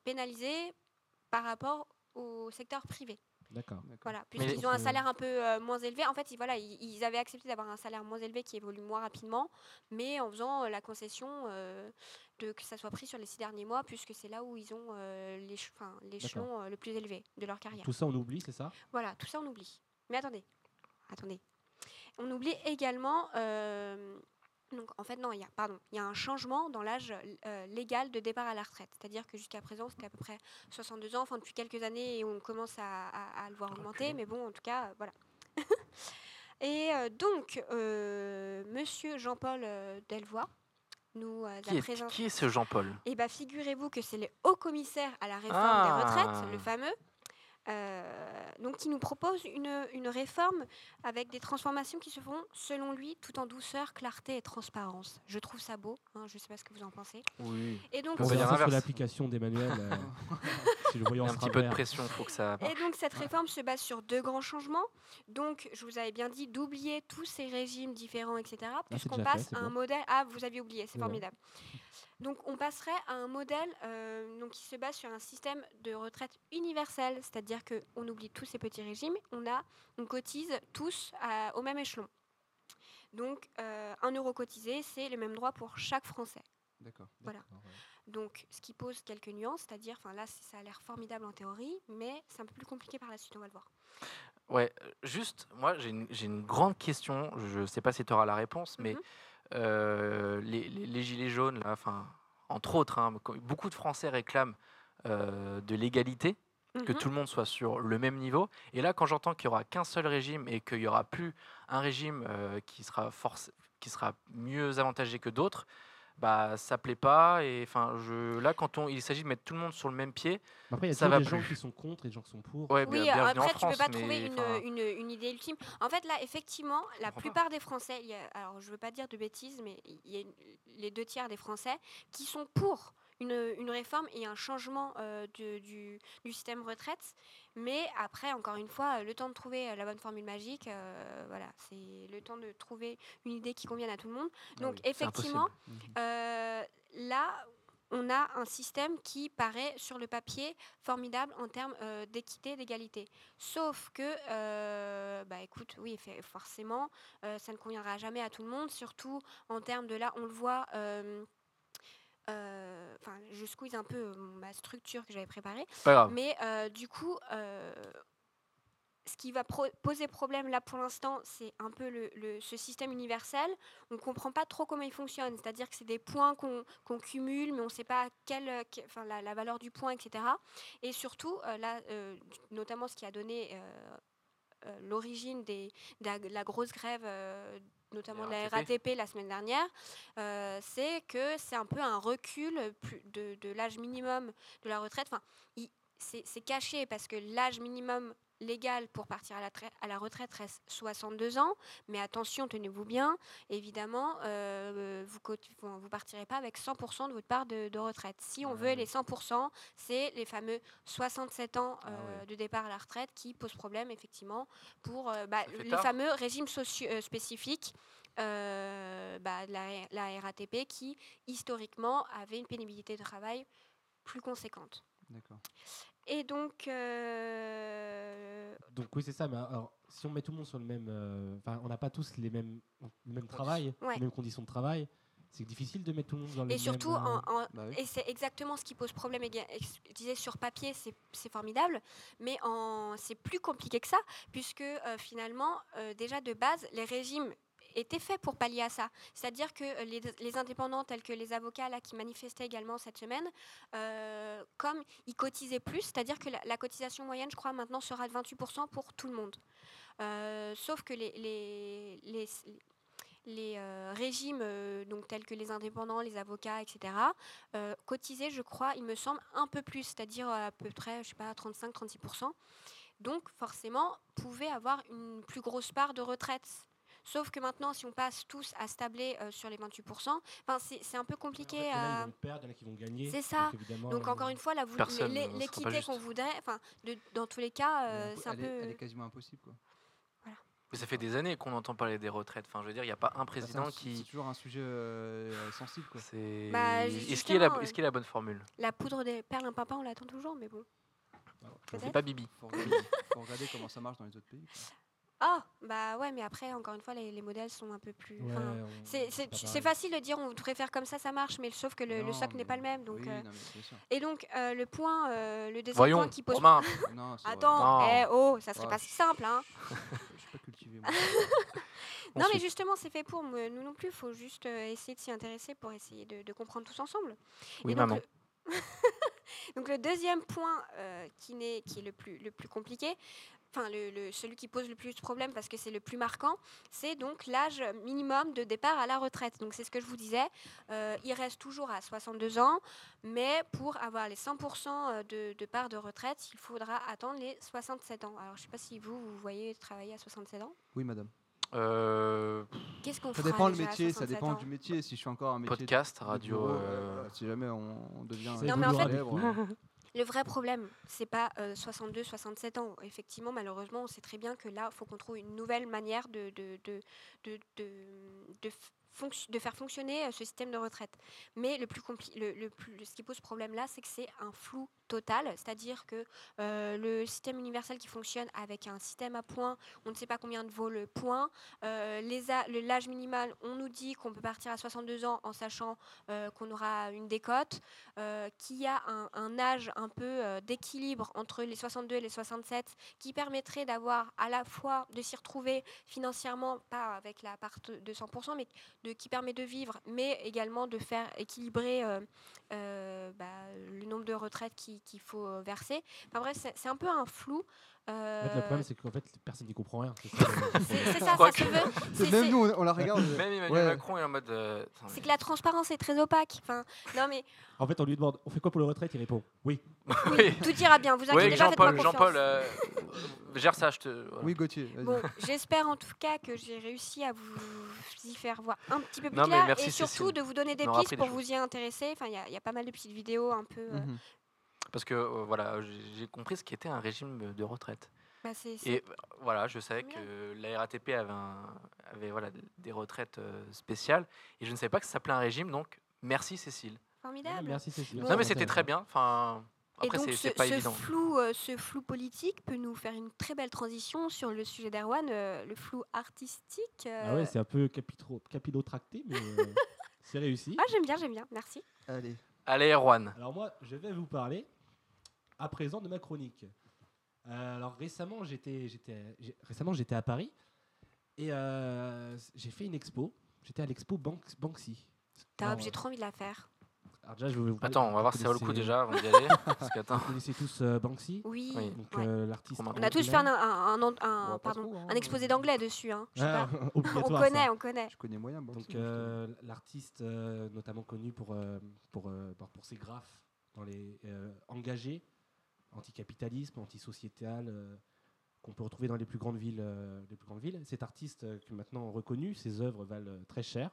[SPEAKER 3] pénalisés par rapport au secteur privé.
[SPEAKER 5] D'accord.
[SPEAKER 3] Voilà,
[SPEAKER 2] Mais-
[SPEAKER 3] puisqu'ils ont un
[SPEAKER 5] Sauf, euh,
[SPEAKER 3] salaire un peu euh, moins élevé. En fait, ils, voilà, ils, ils avaient accepté d'avoir un salaire moins élevé qui évolue moins rapidement, mais en faisant euh, la concession euh, de que ça soit pris sur les six derniers mois, puisque c'est là où ils ont euh, l'éche- 'fin, l'échelon euh, le plus élevé de leur carrière.
[SPEAKER 5] Tout ça, on oublie, c'est ça
[SPEAKER 3] Voilà, tout ça on oublie. Mais attendez, attendez. On oublie également euh, Donc en fait non, il y a pardon, il y a un changement dans l'âge euh, légal de départ à la retraite. C'est-à-dire que jusqu'à présent c'était à peu près 62 ans. Enfin depuis quelques années et on commence à, à- à le voir
[SPEAKER 5] Ah,
[SPEAKER 3] augmenter,
[SPEAKER 5] reculons.
[SPEAKER 3] mais bon en tout cas euh, voilà. <laughs> et euh, donc euh, Monsieur Jean-Paul euh, Delvoye nous euh,
[SPEAKER 2] Qui
[SPEAKER 3] a
[SPEAKER 2] est,
[SPEAKER 3] présenté.
[SPEAKER 2] qui est ce Jean-Paul
[SPEAKER 3] Eh bien, figurez-vous que c'est le haut commissaire à la réforme
[SPEAKER 2] Ah.
[SPEAKER 3] des retraites, le fameux, euh, donc qui nous propose une, une réforme avec des transformations qui se font, selon lui, tout en douceur, clarté et transparence. Je trouve ça beau, hein, je ne sais pas ce que vous en pensez.
[SPEAKER 4] Oui.
[SPEAKER 3] Et donc,
[SPEAKER 2] On peut
[SPEAKER 5] On
[SPEAKER 2] dire
[SPEAKER 5] verra ça sur
[SPEAKER 2] l'inverse.
[SPEAKER 5] l'application d'Emmanuel.
[SPEAKER 3] <laughs>
[SPEAKER 5] euh, si
[SPEAKER 2] Il
[SPEAKER 5] le
[SPEAKER 2] y
[SPEAKER 5] voyant
[SPEAKER 2] a un petit
[SPEAKER 5] sera
[SPEAKER 2] peu de
[SPEAKER 5] vert.
[SPEAKER 2] pression, faut que ça.
[SPEAKER 3] Et donc
[SPEAKER 5] Ah.
[SPEAKER 3] cette réforme se base sur deux grands changements. Donc je vous avais bien dit d'oublier tous ces régimes différents, etc. Puisqu'on
[SPEAKER 5] déjà fait,
[SPEAKER 3] passe
[SPEAKER 5] Ah, c'est
[SPEAKER 3] à un
[SPEAKER 5] bon.
[SPEAKER 3] modèle. Ah, vous aviez oublié, c'est
[SPEAKER 5] Non, non.
[SPEAKER 3] formidable. Donc on passerait à un modèle euh, donc, qui se base sur un système de retraite universel, c'est-à-dire qu'on oublie tous ces petits régimes, on, a, on cotise tous à- au même échelon. Donc euh, un euro cotisé, c'est le même droit pour chaque Français.
[SPEAKER 4] D'accord.
[SPEAKER 3] Voilà. Donc, ce qui pose quelques nuances, c'est-à-dire, enfin là, c- ça a l'air formidable en théorie, mais c'est un peu plus compliqué par la suite, on va le voir.
[SPEAKER 2] Ouais, euh, juste, moi j'ai une, j'ai une grande question, je ne sais pas si tu auras la réponse, mais
[SPEAKER 3] Mhm.
[SPEAKER 2] euh, les, les- les gilets jaunes, là, enfin, entre autres, hein, co- beaucoup de Français réclament euh, de l'égalité, que
[SPEAKER 3] Mhm.
[SPEAKER 2] tout le monde soit sur le même niveau. Et là, quand j'entends qu'il n'y aura qu'un seul régime et qu'il n'y aura plus un régime euh, qui, sera forc- qui sera mieux avantagé que d'autres, bah, ça plaît pas. Et enfin, je, là, quand on, il s'agit de mettre tout le monde sur le même pied,
[SPEAKER 5] Après, il y a
[SPEAKER 2] Ça
[SPEAKER 5] toujours
[SPEAKER 2] va
[SPEAKER 5] des gens
[SPEAKER 2] plus.
[SPEAKER 5] qui sont contre et des gens qui sont pour.
[SPEAKER 2] ouais, bien-
[SPEAKER 3] Oui, euh,
[SPEAKER 2] bienvenue en
[SPEAKER 3] après, tu
[SPEAKER 2] France,
[SPEAKER 3] peux pas
[SPEAKER 2] mais,
[SPEAKER 3] trouver une, euh,
[SPEAKER 2] enfin,
[SPEAKER 3] une- une idée ultime. En fait, là, effectivement,
[SPEAKER 2] comprends
[SPEAKER 3] la
[SPEAKER 2] pas.
[SPEAKER 3] plupart des Français, il y a- alors je veux pas dire de bêtises, mais il y a une- les deux tiers des Français qui sont pour une, une réforme et un changement euh, de- du, du système retraite. Mais après, encore une fois, le temps de trouver euh, la bonne formule magique, euh, voilà, c'est le temps de trouver une idée qui convienne à tout le monde. Donc,
[SPEAKER 2] c'est impossible.
[SPEAKER 3] effectivement,
[SPEAKER 4] Mhm.
[SPEAKER 3] euh, là, on a un système qui paraît sur le papier formidable en termes euh, d'équité, d'égalité. Sauf que, euh, bah écoute, oui, fait- forcément, euh, ça ne conviendra jamais à tout le monde, surtout en termes de là, on le voit. euh, euh, Enfin, je squeeze un peu euh, ma structure que j'avais préparée.
[SPEAKER 2] Pas grave.
[SPEAKER 3] Mais euh, du coup, euh, ce qui va pro- poser problème là pour l'instant, c'est un peu le, le- ce système universel. On ne comprend pas trop comment il fonctionne. C'est-à-dire que c'est des points qu'on qu'on cumule, mais on ne sait pas quelle, euh, que- enfin, la, la valeur du point, etc. Et surtout, euh, là, euh, notamment ce qui a donné euh, euh, l'origine des- de la, de la grosse grève, euh, notamment de la
[SPEAKER 2] RATP.
[SPEAKER 3] RATP la semaine dernière, euh, c'est que c'est un peu un recul euh, plus- de, de l'âge minimum de la retraite. Enfin, il- c'est c'est caché parce que l'âge minimum légal pour partir à la, trai- à la retraite reste 62 ans, mais attention, tenez-vous bien, évidemment, euh, vous ne vous partirez pas avec 100% de votre part de, de retraite. Si on
[SPEAKER 2] Ah
[SPEAKER 3] veut
[SPEAKER 2] oui.
[SPEAKER 3] les 100%, c'est les fameux 67 ans
[SPEAKER 2] Ah
[SPEAKER 3] euh,
[SPEAKER 2] ouais.
[SPEAKER 3] de départ à la retraite qui posent problème, effectivement, pour euh, bah,
[SPEAKER 2] Ça fait
[SPEAKER 3] les
[SPEAKER 2] tard.
[SPEAKER 3] fameux régimes sociaux euh, spécifiques euh, bah, de la, la RATP qui, historiquement, avait une pénibilité de travail plus conséquente.
[SPEAKER 4] D'accord.
[SPEAKER 3] Et donc, euh,
[SPEAKER 5] Donc oui, c'est ça. Mais alors, si on met tout le monde sur le même, euh, enfin, on n'a pas tous les mêmes, le même travail,
[SPEAKER 3] Ouais.
[SPEAKER 5] les mêmes conditions de travail. C'est difficile de mettre tout le monde dans le
[SPEAKER 3] et
[SPEAKER 5] même.
[SPEAKER 3] surtout,
[SPEAKER 5] euh,
[SPEAKER 3] en, en-
[SPEAKER 4] Bah oui.
[SPEAKER 3] et c'est exactement ce qui pose problème. éga- et Je disais sur papier, c'est c'est formidable, mais en- c'est plus compliqué que ça, puisque euh, finalement, euh, déjà de base, les régimes étaient faits pour pallier à ça. C'est-à-dire que euh, les, les indépendants, tels que les avocats là, qui manifestaient également cette semaine, euh, comme ils cotisaient plus, c'est-à-dire que la, la cotisation moyenne, je crois, maintenant sera de 28% pour tout le monde. Euh, sauf que les, les, les, les, euh, régimes euh, donc, tels que les indépendants, les avocats, etc., euh, cotisaient, je crois, il me semble, un peu plus, c'est-à-dire à peu près, je sais pas, 35-36%. Donc, forcément, pouvaient avoir une plus grosse part de retraite. Sauf que maintenant, si on passe tous à se tabler euh, sur les 28%, enfin, c'est c'est un peu compliqué
[SPEAKER 5] Il y en
[SPEAKER 3] à...
[SPEAKER 5] a qui vont perdre, il y en a qui vont gagner.
[SPEAKER 3] euh, C'est ça.
[SPEAKER 5] Donc, évidemment,
[SPEAKER 3] Donc
[SPEAKER 5] euh,
[SPEAKER 3] encore une fois, là, vous-
[SPEAKER 2] Personne
[SPEAKER 3] l'é-
[SPEAKER 2] ne sera pas
[SPEAKER 3] l'équité
[SPEAKER 2] juste.
[SPEAKER 3] qu'on voudrait, enfin, de- dans tous les cas, euh,
[SPEAKER 4] Elle est-
[SPEAKER 3] c'est un
[SPEAKER 4] elle, est, elle est
[SPEAKER 3] peu.
[SPEAKER 4] quasiment impossible quoi.
[SPEAKER 2] Mais ça fait des années qu'on entend parler des retraites. Enfin, je veux dire, il n'y a pas un
[SPEAKER 4] Bah, c'est un
[SPEAKER 2] président
[SPEAKER 4] su- C'est
[SPEAKER 2] qui.
[SPEAKER 4] toujours un sujet euh, sensible quoi.
[SPEAKER 2] C'est.
[SPEAKER 3] Bah,
[SPEAKER 2] est-ce qu'il y, a la-
[SPEAKER 3] justement,
[SPEAKER 2] est-ce qu'il y a la bonne formule
[SPEAKER 3] La poudre des perles, un papa, on l'attend toujours, mais bon.
[SPEAKER 2] C'est
[SPEAKER 3] Peut-être.
[SPEAKER 2] pas Bibi.
[SPEAKER 4] Faut regarder,
[SPEAKER 3] <laughs>
[SPEAKER 4] faut regarder comment ça marche dans les autres pays. quoi.
[SPEAKER 3] Ah, bah ouais, mais après, encore une fois, les, les modèles sont un peu plus.
[SPEAKER 5] ouais,
[SPEAKER 3] enfin,
[SPEAKER 5] on-
[SPEAKER 3] c'est-
[SPEAKER 4] Ah
[SPEAKER 5] c'est
[SPEAKER 3] c'est
[SPEAKER 5] pas
[SPEAKER 3] tu- c'est
[SPEAKER 5] pareil.
[SPEAKER 3] facile de dire, on voudrait faire comme ça, ça marche, mais sauf que le, le
[SPEAKER 4] bah Non,
[SPEAKER 3] socle n'est
[SPEAKER 4] mais-
[SPEAKER 3] pas le même. Donc,
[SPEAKER 4] oui,
[SPEAKER 3] euh,
[SPEAKER 4] non, mais
[SPEAKER 3] <laughs>
[SPEAKER 4] bien sûr.
[SPEAKER 3] Et donc, euh, le point, euh, le deuxième
[SPEAKER 2] Voyons,
[SPEAKER 3] point qui pose. <laughs>
[SPEAKER 2] Romain,
[SPEAKER 4] Non, c'est vrai.
[SPEAKER 3] Attends,
[SPEAKER 2] Non.
[SPEAKER 3] eh, oh, ça serait
[SPEAKER 4] Ouais,
[SPEAKER 3] pas
[SPEAKER 4] <laughs> je-
[SPEAKER 3] si simple, hein. <laughs>
[SPEAKER 4] Je suis pas cultivé. Moi.
[SPEAKER 3] Non, mais
[SPEAKER 2] Ensuite.
[SPEAKER 3] justement, c'est fait pour moi, nous non plus. Il faut juste euh, essayer de s'y intéresser pour essayer de, de comprendre tous ensemble.
[SPEAKER 2] Oui,
[SPEAKER 3] donc,
[SPEAKER 2] maman.
[SPEAKER 3] le- <laughs> donc le deuxième point euh, qui, n'est- qui est le plus, le plus compliqué, enfin le, le- celui qui pose le plus de problèmes parce que c'est le plus marquant, c'est donc l'âge minimum de départ à la retraite. Donc c'est ce que je vous disais, euh, il reste toujours à 62 ans, mais pour avoir les 100% de, de part de retraite, il faudra attendre les 67 ans. Alors je ne sais pas si vous, vous voyez travailler à 67 ans.
[SPEAKER 4] Oui, madame.
[SPEAKER 2] Euh,
[SPEAKER 3] Qu'est-ce qu'on
[SPEAKER 4] Ça
[SPEAKER 3] fera
[SPEAKER 4] dépend le
[SPEAKER 3] déjà à
[SPEAKER 4] métier, ça
[SPEAKER 3] 67
[SPEAKER 4] dépend
[SPEAKER 3] ans
[SPEAKER 4] du métier. Si je suis encore un métier. de-
[SPEAKER 2] podcast,
[SPEAKER 4] de
[SPEAKER 2] radio.
[SPEAKER 4] bureau, ouais,
[SPEAKER 2] euh,
[SPEAKER 4] voilà, si jamais on, on devient.
[SPEAKER 5] C'est
[SPEAKER 3] Non, mais en fait- <laughs>
[SPEAKER 5] célèbre.
[SPEAKER 4] euh,
[SPEAKER 3] Le vrai problème, c'est pas euh, 62, 67 ans. Effectivement, malheureusement, on sait très bien que là, il faut qu'on trouve une nouvelle manière de, de, de, de, de- de f- fonc- de faire fonctionner euh, ce système de retraite. Mais le plus compli- le, le plus, le- ce qui pose problème là, c'est que c'est un flou total, c'est-à-dire que euh, le système universel qui fonctionne avec un système à points, on ne sait pas combien de vaut le point. Euh, les a- le- L'âge minimal, on nous dit qu'on peut partir à 62 ans en sachant euh, qu'on aura une décote euh, qui a un, un âge un peu euh, d'équilibre entre les 62 et les 67, qui permettrait d'avoir à la fois de s'y retrouver financièrement, pas avec la part de 100%, mais de, qui permet de vivre, mais également de faire équilibrer euh, euh, bah, le nombre de retraites qui- qu'il faut verser. Enfin bref, c'est c'est un peu un flou.
[SPEAKER 5] En fait, le
[SPEAKER 3] euh,
[SPEAKER 5] problème, c'est qu'en fait, personne n'y comprend rien. c'est ça, le-
[SPEAKER 3] c'est c'est
[SPEAKER 2] Je
[SPEAKER 3] ça,
[SPEAKER 2] crois
[SPEAKER 3] ça se
[SPEAKER 2] que-
[SPEAKER 4] <laughs>
[SPEAKER 3] veut. C'est-
[SPEAKER 4] Même
[SPEAKER 3] c'est-
[SPEAKER 4] nous, on, on la regarde. on-
[SPEAKER 2] Même Emmanuel
[SPEAKER 4] Ouais.
[SPEAKER 2] Macron est en mode. euh, Attends,
[SPEAKER 3] C'est
[SPEAKER 2] mais-
[SPEAKER 3] que la transparence est très opaque. Enfin, non mais
[SPEAKER 5] En fait, on lui demande, on fait quoi pour le retraite Il répond, oui.
[SPEAKER 2] <laughs> Oui.
[SPEAKER 3] tout ira bien. Vous inquiétez
[SPEAKER 2] Oui,
[SPEAKER 3] pas, faites-moi
[SPEAKER 2] Jean-Paul,
[SPEAKER 3] confiance.
[SPEAKER 2] Jean-Paul, euh, euh, gère ça, je te. voilà.
[SPEAKER 4] Oui, Gauthier.
[SPEAKER 2] <laughs>
[SPEAKER 4] vas-y.
[SPEAKER 3] Bon, j'espère en tout cas que j'ai réussi à vous y faire voir un petit peu plus
[SPEAKER 2] Non, mais
[SPEAKER 3] clair
[SPEAKER 2] merci,
[SPEAKER 3] et surtout
[SPEAKER 2] Cécile.
[SPEAKER 3] de vous donner des
[SPEAKER 2] On aura
[SPEAKER 3] pistes
[SPEAKER 2] appris des
[SPEAKER 3] pour
[SPEAKER 2] choses.
[SPEAKER 3] vous y intéresser. Enfin, il y, a- il y a pas mal de petites vidéos un peu. euh,
[SPEAKER 4] Mhm.
[SPEAKER 2] Parce que euh, voilà, j'ai- j'ai compris ce qu'était un régime de retraite.
[SPEAKER 3] bah, c'est- c'est-
[SPEAKER 2] Et euh, voilà, je savais
[SPEAKER 3] Bien.
[SPEAKER 2] que la RATP avait, un- avait, voilà, des retraites euh, spéciales et je ne savais pas que ça s'appelait un régime, donc merci Cécile.
[SPEAKER 3] formidable.
[SPEAKER 5] Ah, Merci, Cécile.
[SPEAKER 3] Bon.
[SPEAKER 2] Non, mais c'était très bien. Enfin,
[SPEAKER 3] Et
[SPEAKER 2] après,
[SPEAKER 3] donc
[SPEAKER 2] c'est
[SPEAKER 3] ce,
[SPEAKER 2] c'est pas
[SPEAKER 3] ce
[SPEAKER 2] évident.
[SPEAKER 3] flou, euh, ce flou politique peut nous faire une très belle transition sur le sujet d'Erwan, euh, le flou artistique. euh,
[SPEAKER 5] Ah ouais, c'est un peu capitro- capillotracté, mais euh,
[SPEAKER 3] <laughs>
[SPEAKER 5] c'est réussi.
[SPEAKER 3] ah, j'aime bien, j'aime bien, merci.
[SPEAKER 4] Allez.
[SPEAKER 2] Allez, Erwan.
[SPEAKER 5] Alors moi, je vais vous parler à présent de ma chronique. Euh, alors récemment, j'étais, j'étais, j'ai- récemment j'étais à Paris et euh, j'ai fait une expo. J'étais à l'expo Banks- Banksy.
[SPEAKER 3] Top,
[SPEAKER 5] Alors,
[SPEAKER 3] j'ai trop envie de la faire.
[SPEAKER 5] alors déjà, je vais vous parler-
[SPEAKER 2] Attends, on va
[SPEAKER 5] vous
[SPEAKER 2] voir si ça vaut le coup
[SPEAKER 5] connaissez-
[SPEAKER 2] déjà avant d'y aller. parce que, attends,
[SPEAKER 5] Vous connaissez tous euh, Banksy,
[SPEAKER 3] Oui.
[SPEAKER 2] Oui.
[SPEAKER 5] donc
[SPEAKER 3] ouais.
[SPEAKER 5] euh, l'artiste.
[SPEAKER 2] On a
[SPEAKER 3] On a tous fait un,
[SPEAKER 5] anglais.
[SPEAKER 3] un- un- un-
[SPEAKER 4] Bon, pas
[SPEAKER 3] pardon,
[SPEAKER 4] trop, hein,
[SPEAKER 3] un exposé
[SPEAKER 4] mais-
[SPEAKER 3] d'anglais dessus. hein, je sais
[SPEAKER 5] Ah,
[SPEAKER 3] pas.
[SPEAKER 5] <laughs>
[SPEAKER 3] on
[SPEAKER 5] obligatoire, ça.
[SPEAKER 3] connaît, on connaît.
[SPEAKER 4] Je connais moyen. Banksy,
[SPEAKER 5] Donc
[SPEAKER 4] moi, je
[SPEAKER 5] euh, l'artiste euh, notamment connu pour, euh, pour, euh, bah, pour ses graphes dans les euh, engagés, anticapitalisme, antisociétal, euh, qu'on peut retrouver dans les plus grandes villes. euh, les plus grandes villes. Cet artiste euh, qui est maintenant reconnu, ses œuvres valent euh, très cher.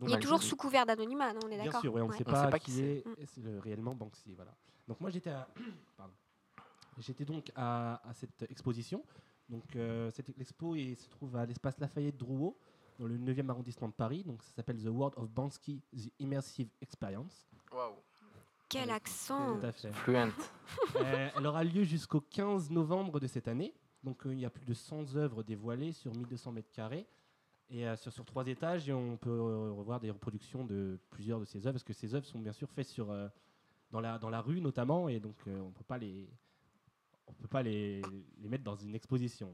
[SPEAKER 5] Donc,
[SPEAKER 3] Il est
[SPEAKER 2] bah,
[SPEAKER 3] toujours
[SPEAKER 2] je-
[SPEAKER 3] sous couvert d'anonymat, non, on est
[SPEAKER 5] Bien
[SPEAKER 3] d'accord
[SPEAKER 5] sûr, ouais, on ne
[SPEAKER 3] Ouais.
[SPEAKER 5] sait
[SPEAKER 2] On
[SPEAKER 5] pas,
[SPEAKER 2] sait pas
[SPEAKER 5] qui,
[SPEAKER 2] qui c'est. Mm.
[SPEAKER 5] est, et c'est le- réellement Banksy. Voilà. Donc moi j'étais à- <clears throat> pardon. j'étais donc à, à cette exposition. Donc euh, cette expo il se trouve à l'espace Lafayette Drouot dans le 9e arrondissement de Paris. Donc ça s'appelle The World of Banksy, The Immersive Experience.
[SPEAKER 3] Quel
[SPEAKER 5] Ouais.
[SPEAKER 2] Oh.
[SPEAKER 3] accent
[SPEAKER 5] Tout à fait.
[SPEAKER 2] Fluent.
[SPEAKER 5] Euh, elle aura lieu jusqu'au 15 novembre de cette année. Donc euh, il y a plus de 100 œuvres dévoilées sur 1200 mètres carrés et euh, sur, sur trois étages. Et on peut euh, revoir des reproductions de plusieurs de ces œuvres parce que ces œuvres sont bien sûr faites sur, euh, dans, la, dans la rue notamment et donc euh, on peut pas les on peut pas les, les mettre dans une exposition.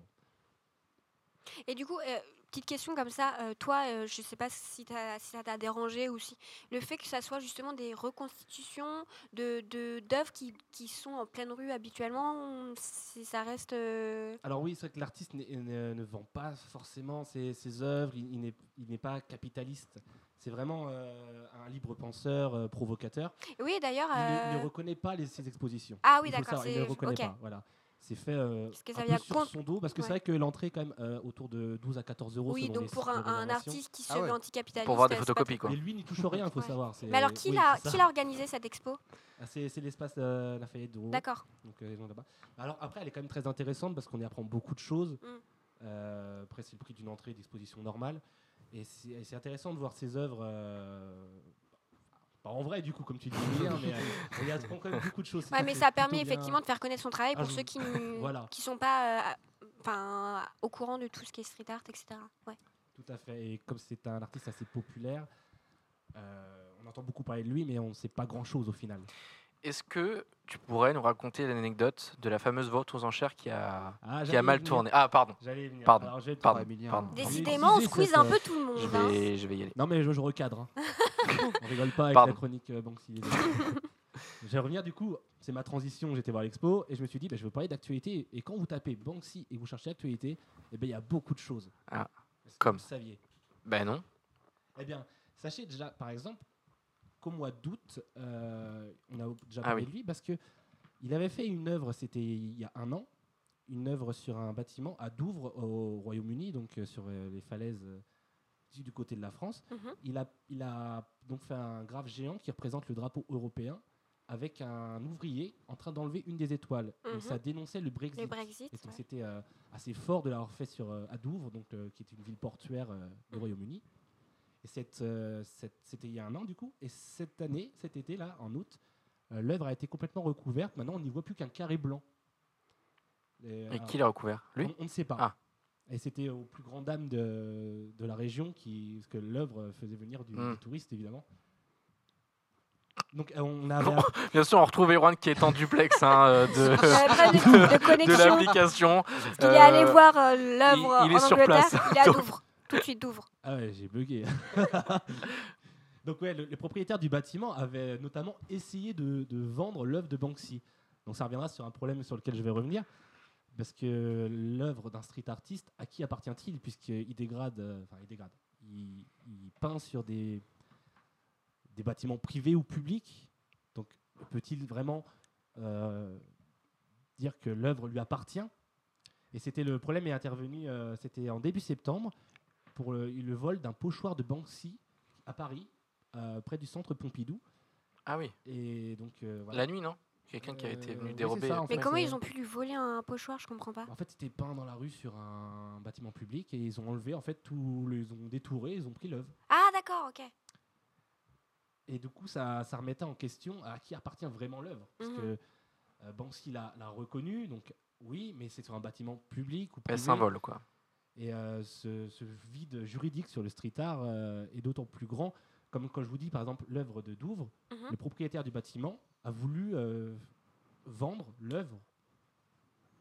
[SPEAKER 3] Et du coup, euh, petite question comme ça, euh, toi, euh, je sais pas si, t'as- si ça t'a dérangé ou si le fait que ça soit justement des reconstitutions de de- d'œuvres qui, qui sont en pleine rue habituellement, on- si ça reste. euh,
[SPEAKER 5] Alors oui, c'est vrai que l'artiste n'est- euh, ne, ne vend pas forcément ses, ses œuvres, il, il n'est- il n'est pas capitaliste. C'est vraiment euh, un libre penseur, euh, provocateur.
[SPEAKER 3] Oui, d'ailleurs.
[SPEAKER 5] Il ne- il ne,
[SPEAKER 3] euh,
[SPEAKER 5] reconnaît pas les, ses expositions.
[SPEAKER 3] Ah oui,
[SPEAKER 5] Il faut le
[SPEAKER 3] d'accord,
[SPEAKER 5] savoir, Il ne
[SPEAKER 3] c'est-
[SPEAKER 5] le reconnaît
[SPEAKER 3] ok.
[SPEAKER 5] pas. Voilà. C'est fait euh,
[SPEAKER 3] Parce que ça
[SPEAKER 5] un
[SPEAKER 3] vient
[SPEAKER 5] peu sur
[SPEAKER 3] contre-
[SPEAKER 5] son dos, parce que
[SPEAKER 3] Ouais.
[SPEAKER 5] c'est vrai que l'entrée est quand même euh, autour de 12 à 14 euros.
[SPEAKER 3] Oui,
[SPEAKER 5] selon les
[SPEAKER 3] donc pour
[SPEAKER 5] sites
[SPEAKER 3] un,
[SPEAKER 5] de
[SPEAKER 3] un
[SPEAKER 5] rénovation.
[SPEAKER 3] artiste qui se
[SPEAKER 4] Ah ouais.
[SPEAKER 3] veut anticapitaliste.
[SPEAKER 2] Pour voir des
[SPEAKER 3] euh, c'est pas
[SPEAKER 2] photocopies,
[SPEAKER 3] très-
[SPEAKER 2] quoi.
[SPEAKER 5] Mais lui, il n'y touche rien, il faut
[SPEAKER 3] Ouais.
[SPEAKER 5] savoir. c'est-
[SPEAKER 3] Mais alors, qui
[SPEAKER 5] oui,
[SPEAKER 3] l'a
[SPEAKER 5] c'est ça.
[SPEAKER 3] qui l'a organisé cette expo
[SPEAKER 5] Ah, C'est c'est l'espace euh, Lafayette de Rouen.
[SPEAKER 3] D'accord.
[SPEAKER 5] Donc, euh, les gens là-bas. Alors après, elle est quand même très intéressante parce qu'on y apprend beaucoup de choses.
[SPEAKER 3] Mm.
[SPEAKER 5] Euh, après, c'est le prix d'une entrée d'exposition normale. Et c'est et c'est intéressant de voir ses œuvres. euh, Pas en vrai, du coup, comme tu dis,
[SPEAKER 3] <laughs>
[SPEAKER 5] hier, mais euh, on y apprend quand même beaucoup de choses.
[SPEAKER 3] Ouais,
[SPEAKER 5] C'est-
[SPEAKER 3] mais
[SPEAKER 5] c'est
[SPEAKER 3] ça
[SPEAKER 5] plutôt
[SPEAKER 3] permet
[SPEAKER 5] bien.
[SPEAKER 3] effectivement de faire connaître son travail
[SPEAKER 5] Ah,
[SPEAKER 3] pour
[SPEAKER 5] je-
[SPEAKER 3] ceux qui ne
[SPEAKER 5] Voilà.
[SPEAKER 3] qui sont pas euh, à- enfin, au courant de tout ce qui est street art, etc. Ouais.
[SPEAKER 5] Tout à fait. Et comme c'est un artiste assez populaire, euh, on entend beaucoup parler de lui, mais on ne sait pas grand-chose au final.
[SPEAKER 2] Est-ce que tu pourrais nous raconter l'anecdote de la fameuse vente aux enchères qui a,
[SPEAKER 5] Ah,
[SPEAKER 2] qui
[SPEAKER 5] j'allais
[SPEAKER 2] a mal
[SPEAKER 5] y venir.
[SPEAKER 2] tourné Ah, pardon.
[SPEAKER 5] J'allais y venir.
[SPEAKER 2] Pardon,
[SPEAKER 5] Alors, je vais te-
[SPEAKER 2] Pardon,
[SPEAKER 4] Ah, Emilien.
[SPEAKER 2] pardon.
[SPEAKER 3] Décidément, on
[SPEAKER 5] J'ai utilisé
[SPEAKER 3] squeeze
[SPEAKER 5] cette,
[SPEAKER 3] un
[SPEAKER 5] euh,
[SPEAKER 3] peu tout le
[SPEAKER 2] Je
[SPEAKER 3] monde. <laughs> hein.
[SPEAKER 2] vais, je vais y aller.
[SPEAKER 5] Non, mais je,
[SPEAKER 2] <laughs>
[SPEAKER 5] je recadre. hein. On rigole pas avec
[SPEAKER 2] Pardon.
[SPEAKER 5] la chronique euh, Banksy.
[SPEAKER 2] <laughs>
[SPEAKER 5] je vais revenir du coup, c'est ma transition. J'étais voir l'expo et je me suis dit, bah, je veux parler d'actualité. Et quand vous tapez Banksy et que vous cherchez actualité, eh ben, il y a beaucoup de choses.
[SPEAKER 2] Ah,
[SPEAKER 5] Est-ce que
[SPEAKER 2] comme.
[SPEAKER 5] Vous le saviez.
[SPEAKER 2] Ben non.
[SPEAKER 5] Eh bien, sachez déjà, par exemple, qu'au mois d'août, euh, on a déjà
[SPEAKER 2] Ah
[SPEAKER 5] parlé
[SPEAKER 2] oui.
[SPEAKER 5] de lui parce que il avait fait une œuvre, c'était il y a un an, une œuvre sur un bâtiment à Douvres au Royaume-Uni, donc euh, sur euh, les falaises euh, du du côté de la France.
[SPEAKER 3] Mhm.
[SPEAKER 5] Il a, il a donc fait un graphe géant qui représente le drapeau européen avec un ouvrier en train d'enlever une des étoiles.
[SPEAKER 3] Mhm.
[SPEAKER 5] Et ça dénonçait le Brexit.
[SPEAKER 3] Le Brexit.
[SPEAKER 5] Et donc
[SPEAKER 3] ouais.
[SPEAKER 5] c'était euh, assez fort de l'avoir fait sur, euh, à Douvres, donc, euh, qui est une ville portuaire euh, du
[SPEAKER 3] Mhm.
[SPEAKER 5] Royaume-Uni. Et cette, euh, cette- c'était il y a un an du coup. Et cette année, cet été-là, en août, euh, l'œuvre a été complètement recouverte. Maintenant, on n'y voit plus qu'un carré blanc. Et,
[SPEAKER 2] Et
[SPEAKER 5] euh,
[SPEAKER 2] qui l'a recouvert Lui
[SPEAKER 5] on, on ne sait pas.
[SPEAKER 2] Ah.
[SPEAKER 5] Et c'était au plus grand dam de, de la région, qui, parce que l'œuvre faisait venir du,
[SPEAKER 2] Hmm.
[SPEAKER 5] des touristes, évidemment. Donc euh,
[SPEAKER 2] <coughs>
[SPEAKER 5] on avait app-
[SPEAKER 2] Bien sûr, on retrouve Erwan qui est en duplex hein, euh, <laughs>
[SPEAKER 3] <laughs>
[SPEAKER 2] de,
[SPEAKER 5] <laughs>
[SPEAKER 3] Euh, problème de, de
[SPEAKER 2] de
[SPEAKER 3] connexion.
[SPEAKER 2] l'application.
[SPEAKER 3] Il est allé
[SPEAKER 2] Euh,
[SPEAKER 3] voir euh, l'œuvre
[SPEAKER 2] il- il est
[SPEAKER 3] en
[SPEAKER 2] sur
[SPEAKER 3] Angleterre.
[SPEAKER 2] place.
[SPEAKER 3] Il est à
[SPEAKER 2] Donc-
[SPEAKER 3] Douvres. Tout de suite Douvres.
[SPEAKER 5] Ah ouais, j'ai bugué. <laughs> Donc ouais, le, le propriétaire du bâtiment avait notamment essayé de, de vendre l'œuvre de Banksy. Donc ça reviendra sur un problème sur lequel je vais revenir. Parce que l'œuvre d'un street artiste, à qui appartient-il Puisqu'il dégrade, euh, enfin il dégrade, il, il peint sur des, des bâtiments privés ou publics. Donc peut-il vraiment euh, dire que l'œuvre lui appartient Et c'était le problème est intervenu, euh, c'était en début septembre, pour le, le vol d'un pochoir de Banksy à Paris, euh, près du centre Pompidou.
[SPEAKER 2] Ah oui,
[SPEAKER 5] Et donc, euh, voilà.
[SPEAKER 2] la nuit, non Quelqu'un qui a été
[SPEAKER 5] Euh, oui,
[SPEAKER 2] venu
[SPEAKER 5] c'est
[SPEAKER 2] dérober.
[SPEAKER 5] ça, en
[SPEAKER 3] Mais
[SPEAKER 5] fait,
[SPEAKER 3] comment
[SPEAKER 5] euh,
[SPEAKER 3] ils ont pu lui voler un pochoir Je comprends pas.
[SPEAKER 5] En fait, c'était peint dans la rue sur un bâtiment public et ils ont enlevé, en fait, tout, le- ils ont détouré, ils ont pris l'œuvre.
[SPEAKER 3] Ah d'accord, ok.
[SPEAKER 5] Et du coup, ça, ça remettait en question à qui appartient vraiment l'œuvre. Parce
[SPEAKER 3] Mhm.
[SPEAKER 5] que euh, Banksy l'a l'a reconnu, donc oui, mais c'est sur un bâtiment public ou privé.
[SPEAKER 2] Elle s'envole, quoi.
[SPEAKER 5] Et euh, ce, ce vide juridique sur le street art euh, est d'autant plus grand. Comme quand je vous dis, par exemple, l'œuvre de Douvres,
[SPEAKER 3] Mhm.
[SPEAKER 5] le propriétaire du bâtiment a voulu euh, vendre l'œuvre